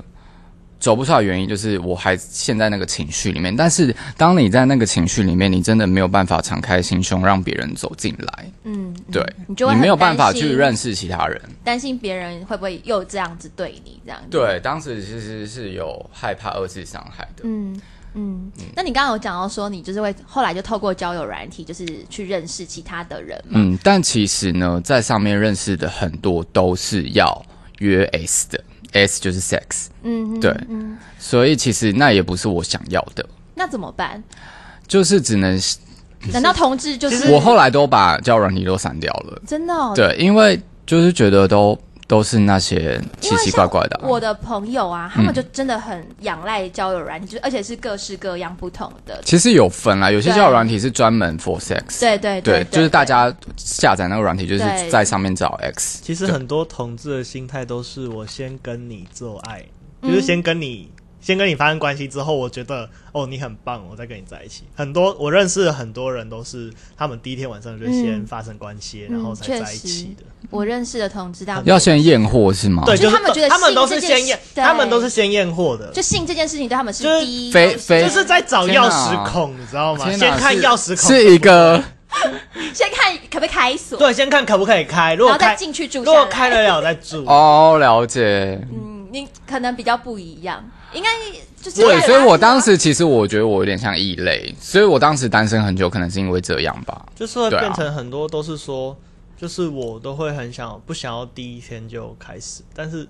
S3: 走不出来的原因就是我还陷在那个情绪里面，但是当你在那个情绪里面，你真的没有办法敞开心胸让别人走进来，
S1: 嗯，
S3: 对，
S1: 你就会
S3: 你
S1: 很
S3: 没有办法
S1: 担心
S3: 去认识其他人，
S1: 担心别人会不会又这样子对你这样子。，
S3: 对，当时其实是有害怕二次伤害的，
S1: 嗯嗯。那你刚刚有讲到说，你就是会后来就透过交友软体，就是去认识其他的人嘛？
S3: 嗯，但其实呢，在上面认识的很多都是要约 S 的，S 就是 sex。
S1: 嗯，
S3: 对
S1: 嗯，
S3: 所以其实那也不是我想要的，
S1: 那怎么办？
S3: 就是只能
S1: 难道同志就是
S3: 我后来都把交友软体都删掉了。
S1: 真的、哦？
S3: 对，因为就是觉得都都是那些奇奇怪怪的啊、
S1: 我的朋友啊，他们就真的很仰赖交友软体，就是而且是各式各样不同的。
S3: 其实有分啦，有些
S1: 对
S3: 交友软体是专门 for sex，
S1: 对对对，
S3: 对，就是大家下载那个软体，就是
S1: 对
S3: 在上面找 X。
S2: 其实很多同志的心态都是我先跟你做爱，
S1: 嗯
S2: 就是先跟你、先跟你发生关系之后，我觉得哦你很棒，我再跟你在一起。很多我认识的很多人都是他们第一天晚上就先
S1: 嗯
S2: 发生关系，
S1: 嗯
S2: 然后才在一起的。
S1: 我认识的同志大部分
S3: 要先验货是吗？
S2: 对，
S1: 就是他们觉得
S2: 他们都是
S1: 性这件
S2: 先验，
S1: 对
S2: 他们都是先验货的，
S1: 就性这件事情对他们是
S2: 就是
S1: 第一
S3: 非
S1: 优
S3: 非
S1: 先，
S2: 就是在找
S3: 天哪
S2: 钥匙孔，你知道吗？
S3: 天
S2: 先
S3: 哪
S2: 看
S3: 是
S2: 钥匙孔，
S3: 是一个
S1: 先看可不可以开锁，
S2: 对，先看可不可以开。如
S1: 然
S2: 果
S1: 后再
S2: 开，
S1: 进去住
S2: 如
S1: 下
S2: 果
S1: 来。
S2: 开得了再住。
S3: 哦，了解。
S1: 嗯，你可能比较不一样，应该就是
S3: 对，所以我当
S1: 大家
S3: 时其实我觉得我有点像异类，所以我当时单身很久，可能是因为这样吧。
S2: 就是会
S3: 对啊
S2: 变成很多都是说，就是我都会很想不想要第一天就开始，但是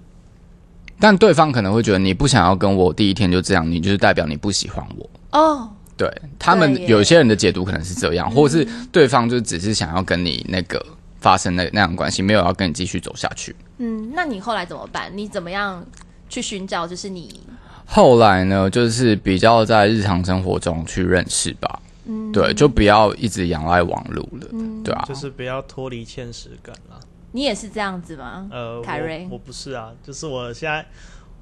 S3: 但对方可能会觉得你不想要跟我第一天就这样，你就是代表你不喜欢我。
S1: 有哦，
S3: 对他
S1: 对
S3: 们
S1: 耶嗯
S3: 有些人的解读可能是这样，或者是对方就只是想要跟你那个发生那那样的关系，没有要跟你继续走下去。
S1: 嗯，那你后来怎么办？你怎么样去寻找？就是你
S3: 后来呢，就是比较在日常生活中去认识吧。
S1: 嗯
S3: 对，就不要一直仰赖网络了，对啊，
S2: 就是不要脱离现实感啦。
S1: 你也是这样子吗？
S2: 呃，
S1: 凯瑞
S2: 我我不是啊，就是我现在，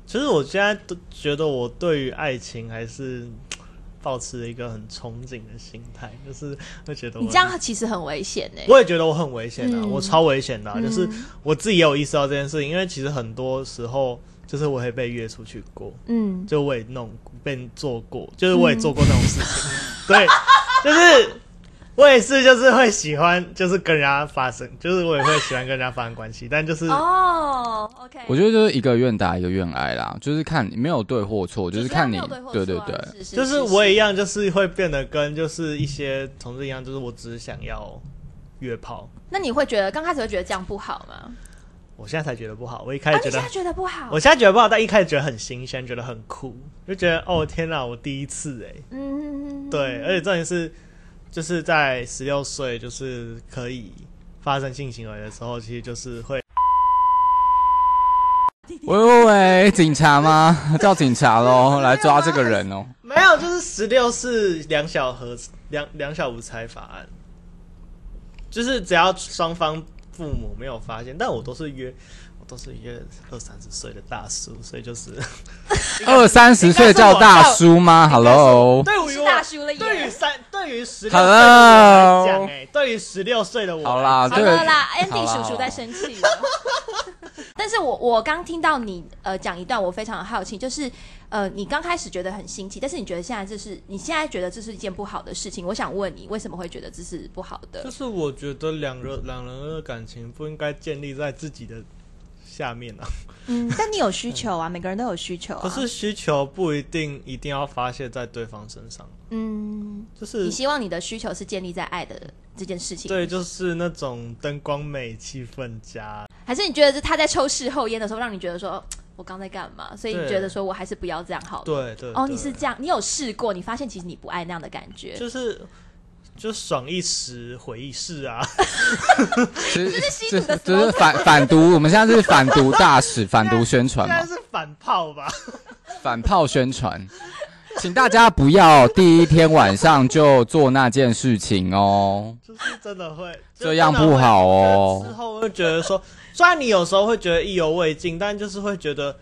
S2: 其实我现在都觉得我对于爱情还是保持了一个很憧憬的心态，就是会觉得我
S1: 你这样其实很危险欸呢、
S2: 我也觉得我很危险啊，
S1: 嗯
S2: 我超危险的啊、就是我自己也有意识到这件事情，因为其实很多时候就是我也被约出去过，
S1: 嗯，
S2: 就我也弄被做过，就是我也做过那种事情， 对，就是我也是就是会喜欢，就是跟人家发生，就是我也会喜欢跟人家发生关系，但就是、
S1: 哦，OK，
S3: 我觉得就是一个愿打一个愿挨啦，就是看没有对或错，就是看你
S1: 你觉得没有或
S3: 对对
S1: 错啊
S3: 对，
S1: 是是
S2: 就是我也一样，就是会变得跟就是一些同志一样，就是我只是想要约炮，
S1: 那你会觉得刚开始会觉得这样不好吗？
S2: 我现在才觉得不好，我一开
S1: 啊，你
S2: 始哎觉
S1: 现
S2: 得
S1: 在觉得不好
S2: 我？哦现在觉得不好，但一开始觉得很新鲜，觉得很酷，就觉得哦天哪，我第一次哎、
S1: 嗯，
S2: 对，而且重点是就是在十六岁就是可以发生性行为的时候，其实就是会
S3: 喂喂喂，警察吗？叫警察喽，来抓这个人哦。
S2: 没有，就是十六是两小和两两小无猜法案，就是只要双方父母没有发现，但我都是约。我都是约二三十岁的大叔，所以就是
S3: 二三十岁叫大叔吗？Hello，
S2: 对
S1: 你
S2: 于
S1: 是
S2: 我
S1: 大叔了耶。
S2: 对于三，对于十六岁的我来
S3: Hello
S2: 讲，哎，对于十六岁的我来讲，
S3: 好啦
S1: 好
S3: 这个
S1: 了啦
S3: 啊好
S1: ，Andy
S3: 啦
S1: 叔叔在生气了。 但是我我刚听到你呃讲一段，我非常好奇，就是呃你刚开始觉得很新奇，但是你觉得现在这是你现在觉得这是一件不好的事情，我想问你为什么会觉得这是不好的嗯
S2: 就？是我觉得两人两人的感情不应该建立在自己的下面啊，
S1: 嗯， 但你有需求啊，每个人都有需求啊。
S2: 可是，需求不一定一定要发泄在对方身上，
S1: 嗯，
S2: 就是
S1: 你希望你的需求是建立在爱的这件事情，
S2: 对，就是那种灯光美、气氛佳，
S1: 还是你觉得是他在抽事后烟的时候，让你觉得说嘖我刚在干嘛？所以你
S2: 对
S1: 觉得说我还是不要这样好了。
S2: 对对。
S1: 哦，
S2: 对
S1: 你是这样，你有试过，你发现其实你不爱那样的感觉，
S2: 就是就爽一时，毁一世 啊！
S1: 吸毒
S3: 这
S1: 的
S3: 这是反反毒，我们现在是反毒大使，反毒宣传
S2: 应
S3: 嘛
S2: 该，是反炮吧？
S3: 反炮宣传，请大家不要第一天晚上就做那件事情哦。
S2: 就是真的会
S3: 这样不好哦
S2: 就是之后会觉得说，虽然你有时候会觉得意犹未尽，但就是会觉得，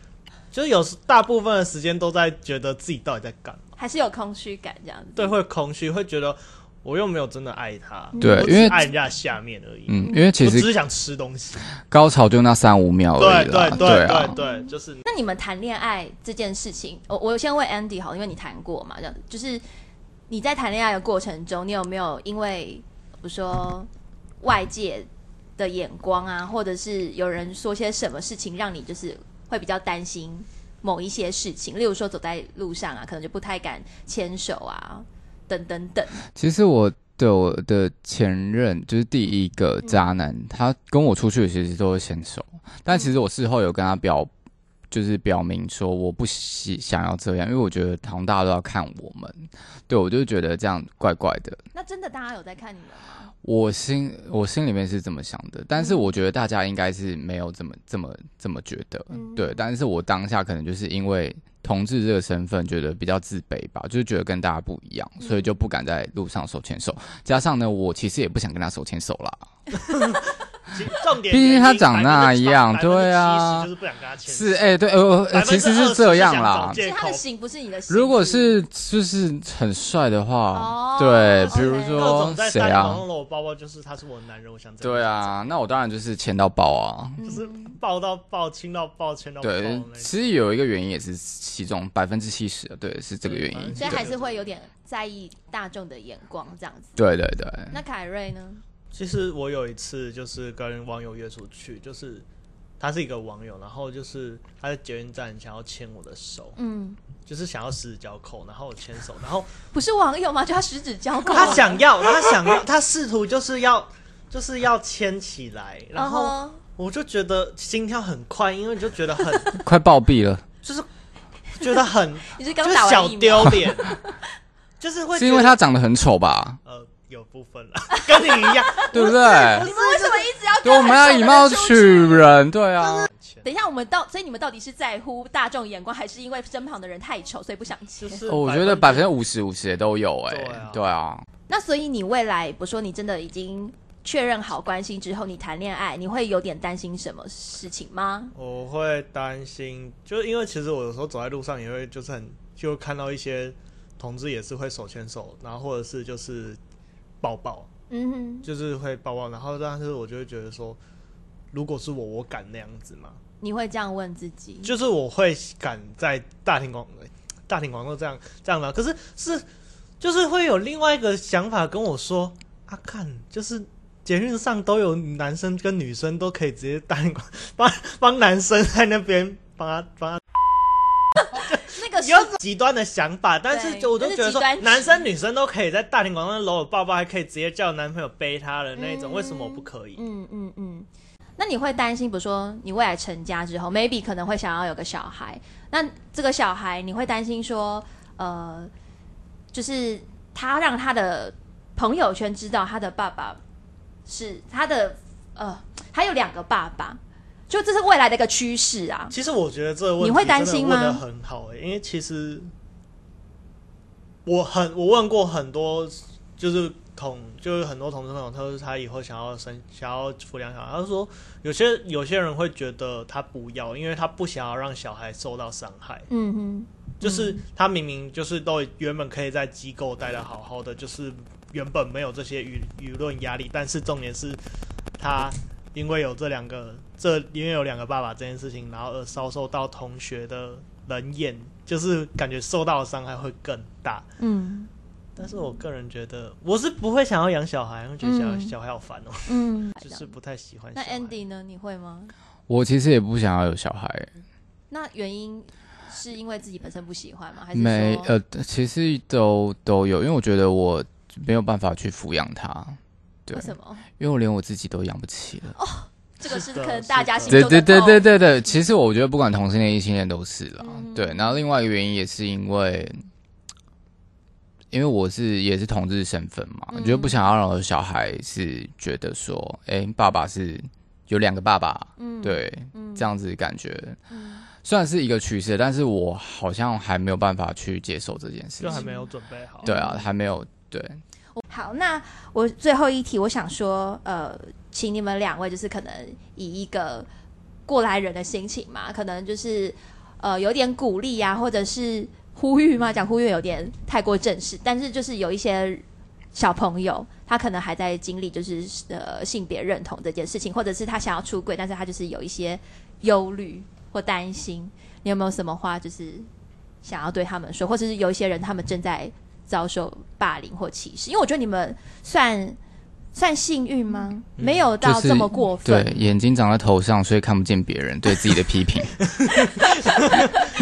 S2: 就是有时大部分的时间都在觉得自己到底在干嘛，
S1: 还是有空虚感这样子。
S2: 对，会空虚，会觉得我又没有真的爱他，
S3: 对
S2: 我只
S3: 因为
S2: 爱人家的下面而已。
S3: 嗯，因为其
S2: 我只
S3: 实
S2: 是想吃东西，
S3: 高潮就那三五秒
S2: 对
S3: 而已啦
S2: 对，
S3: 对
S2: 对
S3: 啊
S2: 对。对，就是
S1: 那你们谈恋爱这件事情，我我先问 Andy 好了，因为你谈过嘛，这样子就是你在谈恋爱的过程中，你有没有因为比如说外界的眼光啊，或者是有人说些什么事情，让你就是会比较担心某一些事情，例如说走在路上啊，可能就不太敢牵手啊，等等等。
S3: 其实我的我的前任就是第一个渣男，他跟我出去其实都会牵手，但其实我事后有跟他表，就是表明说我不喜想要这样，因为我觉得好像大家都要看我们，对我就觉得这样怪怪的。
S1: 那真的大家有在看你们吗？
S3: 我心我心里面是这么想的，但是
S1: 嗯
S3: 我觉得大家应该是没有这么这么这么觉得，
S1: 嗯
S3: 对。但是我当下可能就是因为同志这个身份，觉得比较自卑吧，就是觉得跟大家不一样，所以就不敢在路上手牵手。加上呢，我其实也不想跟他手牵手啦，
S2: 其实重点原因。
S3: 毕竟他长那样
S2: 百分之八
S3: 对啊
S2: 70%就是不想跟他牵手。
S3: 是哎、对，呃，呃其实是这样啦
S2: 20%。
S1: 是
S2: 借
S1: 他
S2: 口
S1: 的型不是你的型，
S3: 如果是就是很帅的话，
S1: 哦
S3: 对，
S1: OK
S3: 比如
S2: 各种
S3: 说
S2: 在
S3: 谁
S2: 大庭广
S3: 啊
S2: 众？搂我包包，就是他是我的男人，我想怎样
S3: 对，啊，那我当然就是牵到爆啊。
S2: 就是抱到抱，亲到抱，牵到抱那
S3: 对
S2: 种。，
S3: 其实有一个原因也是其中百分之七十的，对，是这个原因。
S1: 所以
S3: 对
S1: 还是会有点在意大众的眼光这样子。
S3: 对对对，
S1: 那凯瑞呢？
S2: 其实我有一次就是跟网友约出去，就是他是一个网友，然后就是他在捷运站想要牵我的手，
S1: 嗯，
S2: 就是想要十指交扣，然后我牵手，然后
S1: 不是网友吗？就要十指交扣。
S2: 他想要，他想要，他试图就是要就是要牵起来，然后
S1: 嗯哼
S2: 我就觉得心跳很快，因为就觉 得很
S3: 快暴毙了，
S2: 就是觉得很
S1: 你是
S2: 就
S1: 刚
S2: 是
S1: 打
S2: 小
S1: 完疫苗，
S2: 丢脸，就是会
S3: 是因为
S2: 觉得
S3: 他长得很丑吧？
S2: 呃有部分了， 跟你一样。
S3: 对不对？
S1: 你们为什么一直要
S3: 对，
S1: 跟
S3: 我们要以貌取人，对啊。
S1: 等一下，我们到，所以你们到底是在乎大众眼光，还是因为身旁的人太丑，所以不想接？
S2: 就是
S3: 哦我觉得百分
S2: 之
S3: 之五十五十也都有哎、
S2: 对啊
S3: 对啊，
S1: 那所以你未来，比如说你真的已经确认好关系之后，你谈恋爱，你会有点担心什么事情吗？
S2: 我会担心，就是因为其实我有时候走在路上也会就是很就看到一些同志也是会手牵手，然后或者是就是抱抱，
S1: 嗯哼，
S2: 就是会抱抱，然后但是我就会觉得说，如果是我，我敢那样子吗？
S1: 你会这样问自己？
S2: 就是我会敢在大庭广大庭广众这样这样吗？可是是就是会有另外一个想法跟我说，啊，看就是。捷运上都有男生跟女生都可以直接大庭广帮帮男生在那边帮他帮他，
S1: 那个是
S2: 有极端的想法，但是
S1: 对
S2: 就我都
S1: 那是
S2: 觉得
S1: 极
S2: 说
S1: 端值
S2: 男生女生都可以在大庭广众搂搂抱抱，还可以直接叫男朋友背她的那种，
S1: 嗯
S2: 为什么我不可以？
S1: 嗯嗯嗯。那你会担心，比如说你未来成家之后，maybe 可能会想要有个小孩，那这个小孩你会担心说，呃，就是他让他的朋友圈知道他的爸爸是他的呃，他有两个爸爸，就这是未来的一个趋势啊。
S2: 其实我觉得这个问
S1: 你
S2: 题
S1: 会担心吗
S2: 真的问的很好、欸，因为其实我很我问过很多，就是同就是很多同志朋友，他说他以后想要生想要抚养小孩，他说有些有些人会觉得他不要，因为他不想要让小孩受到伤害。
S1: 嗯哼，
S2: 就是他明明就是都原本可以在机构待的好好的，就是原本没有这些舆舆论压力，但是重点是他因为有这两个这因为有两个爸爸这件事情，然后而遭受到同学的冷眼，就是感觉受到的伤害会更大。
S1: 嗯
S2: 但是我个人觉得，我是不会想要养小孩，我觉得小、
S1: 嗯
S2: 小孩好烦哦、
S1: 嗯，
S2: 就是不太喜欢小
S1: 那
S3: 嗯
S2: 孩。
S1: Andy 呢？你会吗？
S3: 我其实也不想要有小孩，
S1: 那原因是因为自己本身不喜欢吗？还是
S3: 没
S1: 说
S3: 呃，其实都都有，因为我觉得我没有办法去抚养他，对
S1: 为，什么？
S3: 因为我连我自己都养不起了。
S1: 这个是
S2: 是的
S1: 可能大家
S2: 是
S1: 心
S2: 的
S1: 中
S3: 对
S1: 的
S3: 对对
S1: 痛
S3: 对对对，其实我觉得不管同性恋、异性恋都是啦。
S1: 嗯
S3: 对，然后另外一个原因也是因为，因为我是也是同志身份嘛，
S1: 嗯
S3: 我觉得不想要让我的小孩是觉得说，哎、爸爸是有两个爸爸，
S1: 嗯
S3: 对，
S1: 嗯
S3: 这样子感觉。虽然是一个趋势，但是我好像还没有办法去接受这件事
S2: 就还
S3: 情。
S2: 没有准备好。
S3: 对啊，还没有对。
S1: 好，那我最后一题，我想说，呃，请你们两位就是可能以一个过来人的心情嘛，可能就是呃有点鼓励啊，或者是呼吁嘛，讲呼吁有点太过正式，但是就是有一些小朋友，他可能还在经历就是呃性别认同这件事情，或者是他想要出柜，但是他就是有一些忧虑或担心，你有没有什么话就是想要对他们说，或者是有一些人他们正在遭受霸凌或歧视？因为我觉得你们算算幸运吗？没有
S3: 嗯就
S1: 到
S3: 是
S1: 这么过分，
S3: 对，眼睛长在头上，所以看不见别人对自己的批评。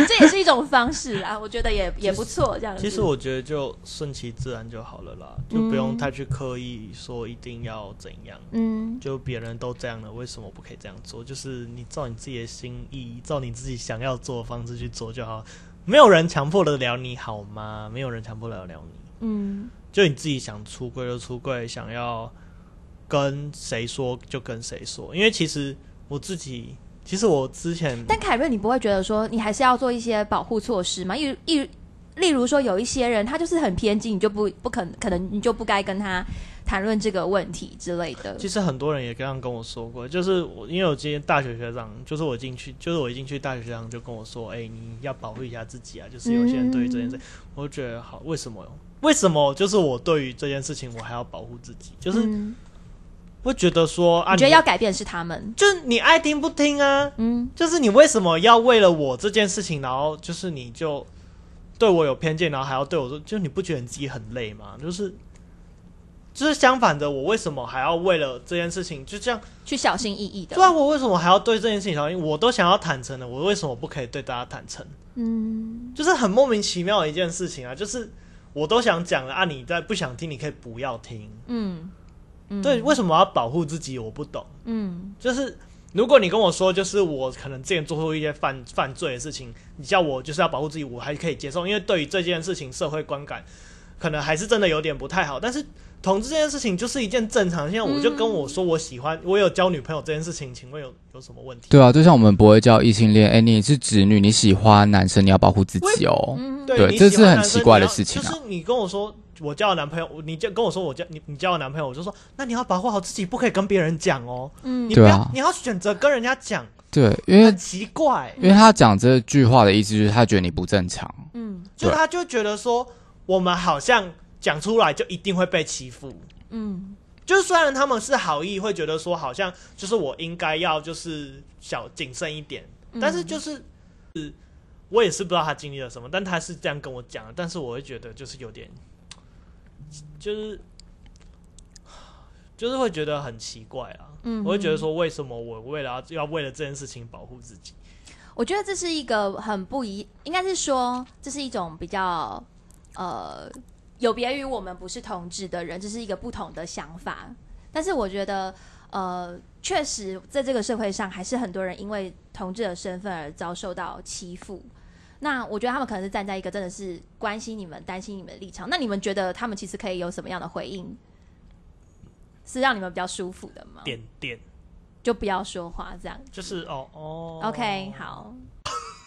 S1: 这也是一种方式啊，我觉得也也不错这样子。
S2: 其实我觉得就顺其自然就好了啦，就不用太去刻意说一定要怎样。
S1: 嗯
S2: 就别人都这样了，为什么不可以这样做？就是你照你自己的心意，照你自己想要做的方式去做就好。没有人强迫得了你好吗？没有人强迫得了你，
S1: 嗯
S2: 就你自己想出柜就出柜，想要跟谁说就跟谁说。因为其实我自己，其实我之前，
S1: 但凯瑞，你不会觉得说你还是要做一些保护措施吗？例如例如例如说有一些人他就是很偏激，你就不不可能可能你就不该跟他谈论这个问题之类的。
S2: 其实很多人也这样跟我说过，就是我因为我今天大学学长，就是我进去，就是我一进去大学学长就跟我说，哎、你要保护一下自己啊，就是有些人对于这件事，
S1: 嗯
S2: 我就觉得好，为什么？为什么就是我对于这件事情我还要保护自己？就是
S1: 嗯
S2: 会觉得说啊，
S1: 你觉得要改变是他们，
S2: 就是你爱听不听啊，
S1: 嗯
S2: 就是你为什么要为了我这件事情，然后就是你就对我有偏见，然后还要对我说，就你不觉得你自己很累吗？就是就是相反的，我为什么还要为了这件事情就这样？
S1: 去小心翼翼的。
S2: 对啊，我为什么还要对这件事情小心？我都想要坦诚的，我为什么不可以对大家坦诚？
S1: 嗯
S2: 就是很莫名其妙的一件事情啊！就是我都想讲了啊，你再不想听，你可以不要听。
S1: 嗯嗯，
S2: 对，为什么要保护自己？我不懂。
S1: 嗯
S2: 就是如果你跟我说，就是我可能之前做过一些犯犯罪的事情，你叫我就是要保护自己，我还可以接受，因为对于这件事情社会观感可能还是真的有点不太好。但是同志这件事情就是一件正常，现在我就跟我说我喜欢，我有交女朋友这件事情，请问有有什么问题？
S3: 对啊，就像我们不会叫异性恋，哎、你是直女，你喜欢男生，你要保护自己哦。
S1: 嗯，
S2: 对，
S3: 对
S2: 你
S3: 这
S2: 喜
S3: 是
S2: 欢
S3: 很
S2: 男生
S3: 奇怪的
S2: 你要
S3: 事情啊
S2: 就是你跟我说我交了男朋友，你就跟我说我交你你交了男朋友，我就说那你要保护好自己，不可以跟别人讲哦。
S1: 嗯
S2: 你不要、
S3: 对啊
S2: 你要选择跟人家讲，
S3: 对，因为
S2: 很奇怪，
S3: 因为他讲这句话的意思就是他觉得你不正常，
S1: 嗯
S2: 就
S3: 对
S2: 他就觉得说我们好像讲出来就一定会被欺负。
S1: 嗯
S2: 就是虽然他们是好意，会觉得说好像就是我应该要就是小谨慎一点，
S1: 嗯
S2: 但是就是，是我也是不知道他经历了什么，但他是这样跟我讲的，但是我会觉得就是有点，就是就是会觉得很奇怪啊，
S1: 嗯
S2: 我会觉得说为什么我为了要要为了这件事情保护自己，
S1: 我觉得这是一个很不一，应该是说这是一种比较呃有别于我们不是同志的人，这是一个不同的想法。但是我觉得呃，确实在这个社会上，还是很多人因为同志的身份而遭受到欺负。那我觉得他们可能是站在一个真的是关心你们、担心你们的立场。那你们觉得他们其实可以有什么样的回应，是让你们比较舒服的吗？
S2: 点点
S1: 就不要说话这样。
S2: 就是哦哦
S1: OK，好。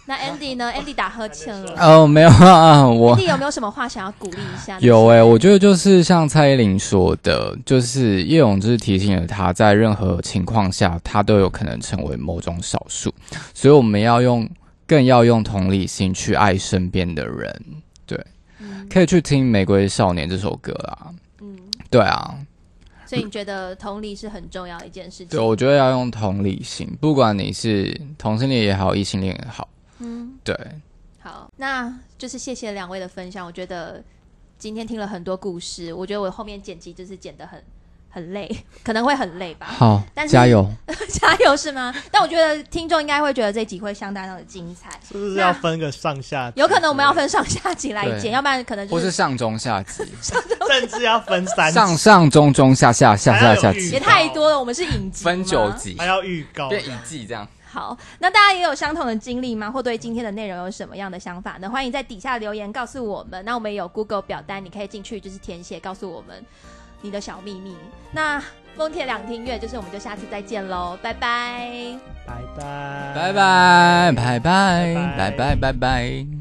S1: 那 Andy 呢？Andy 打呵欠了。
S3: 哦，没有啊，我
S1: Andy 有没有什么话想要鼓励一下？
S3: 有诶、我觉得就是像蔡依林说的，就是叶永志提醒了他，在任何情况下，他都有可能成为某种少数，所以我们要用，更要用同理心去爱身边的人。对，可以去听《玫瑰少年》这首歌啦。
S1: 嗯，
S3: 对啊，
S1: 所以你觉得同理是很重要的一件事
S3: 对，
S1: 情。
S3: 我觉得要用同理心，不管你是同性恋也好，异性恋也好，
S1: 嗯，
S3: 对，
S1: 好，那就是谢谢两位的分享。我觉得今天听了很多故事，我觉得我后面剪辑就是剪得很很累， 可能会很累吧。
S3: 好
S1: 但，是
S3: 加油！
S1: 加油是吗？ 但我觉得听众应该会觉得这集会相当的精彩，
S2: 是不是要分个上下？
S1: 有可能我们要，分上下集来剪，
S3: 对
S1: 要不然可能就
S3: 或是
S1: 是
S3: 上中下集，
S2: 甚至要分三
S3: 上上中中下下下下下
S2: 集
S3: 集
S1: 也，太多了。我们是影集
S3: 分
S1: 吗
S3: 九集
S2: 还，要预告
S3: 变一季这样。
S1: 好，那大家也有相同的经历吗？或对今天的内容有什么样的想法呢？欢迎在底下留言告诉我们。那我们也有 Google 表单，你可以进去就是填写告诉我们你的小秘密。那丰田两厅院，就是我们就下次再见喽，拜拜。
S2: 拜拜，
S3: 拜拜拜拜
S2: 拜拜
S3: 拜拜拜拜。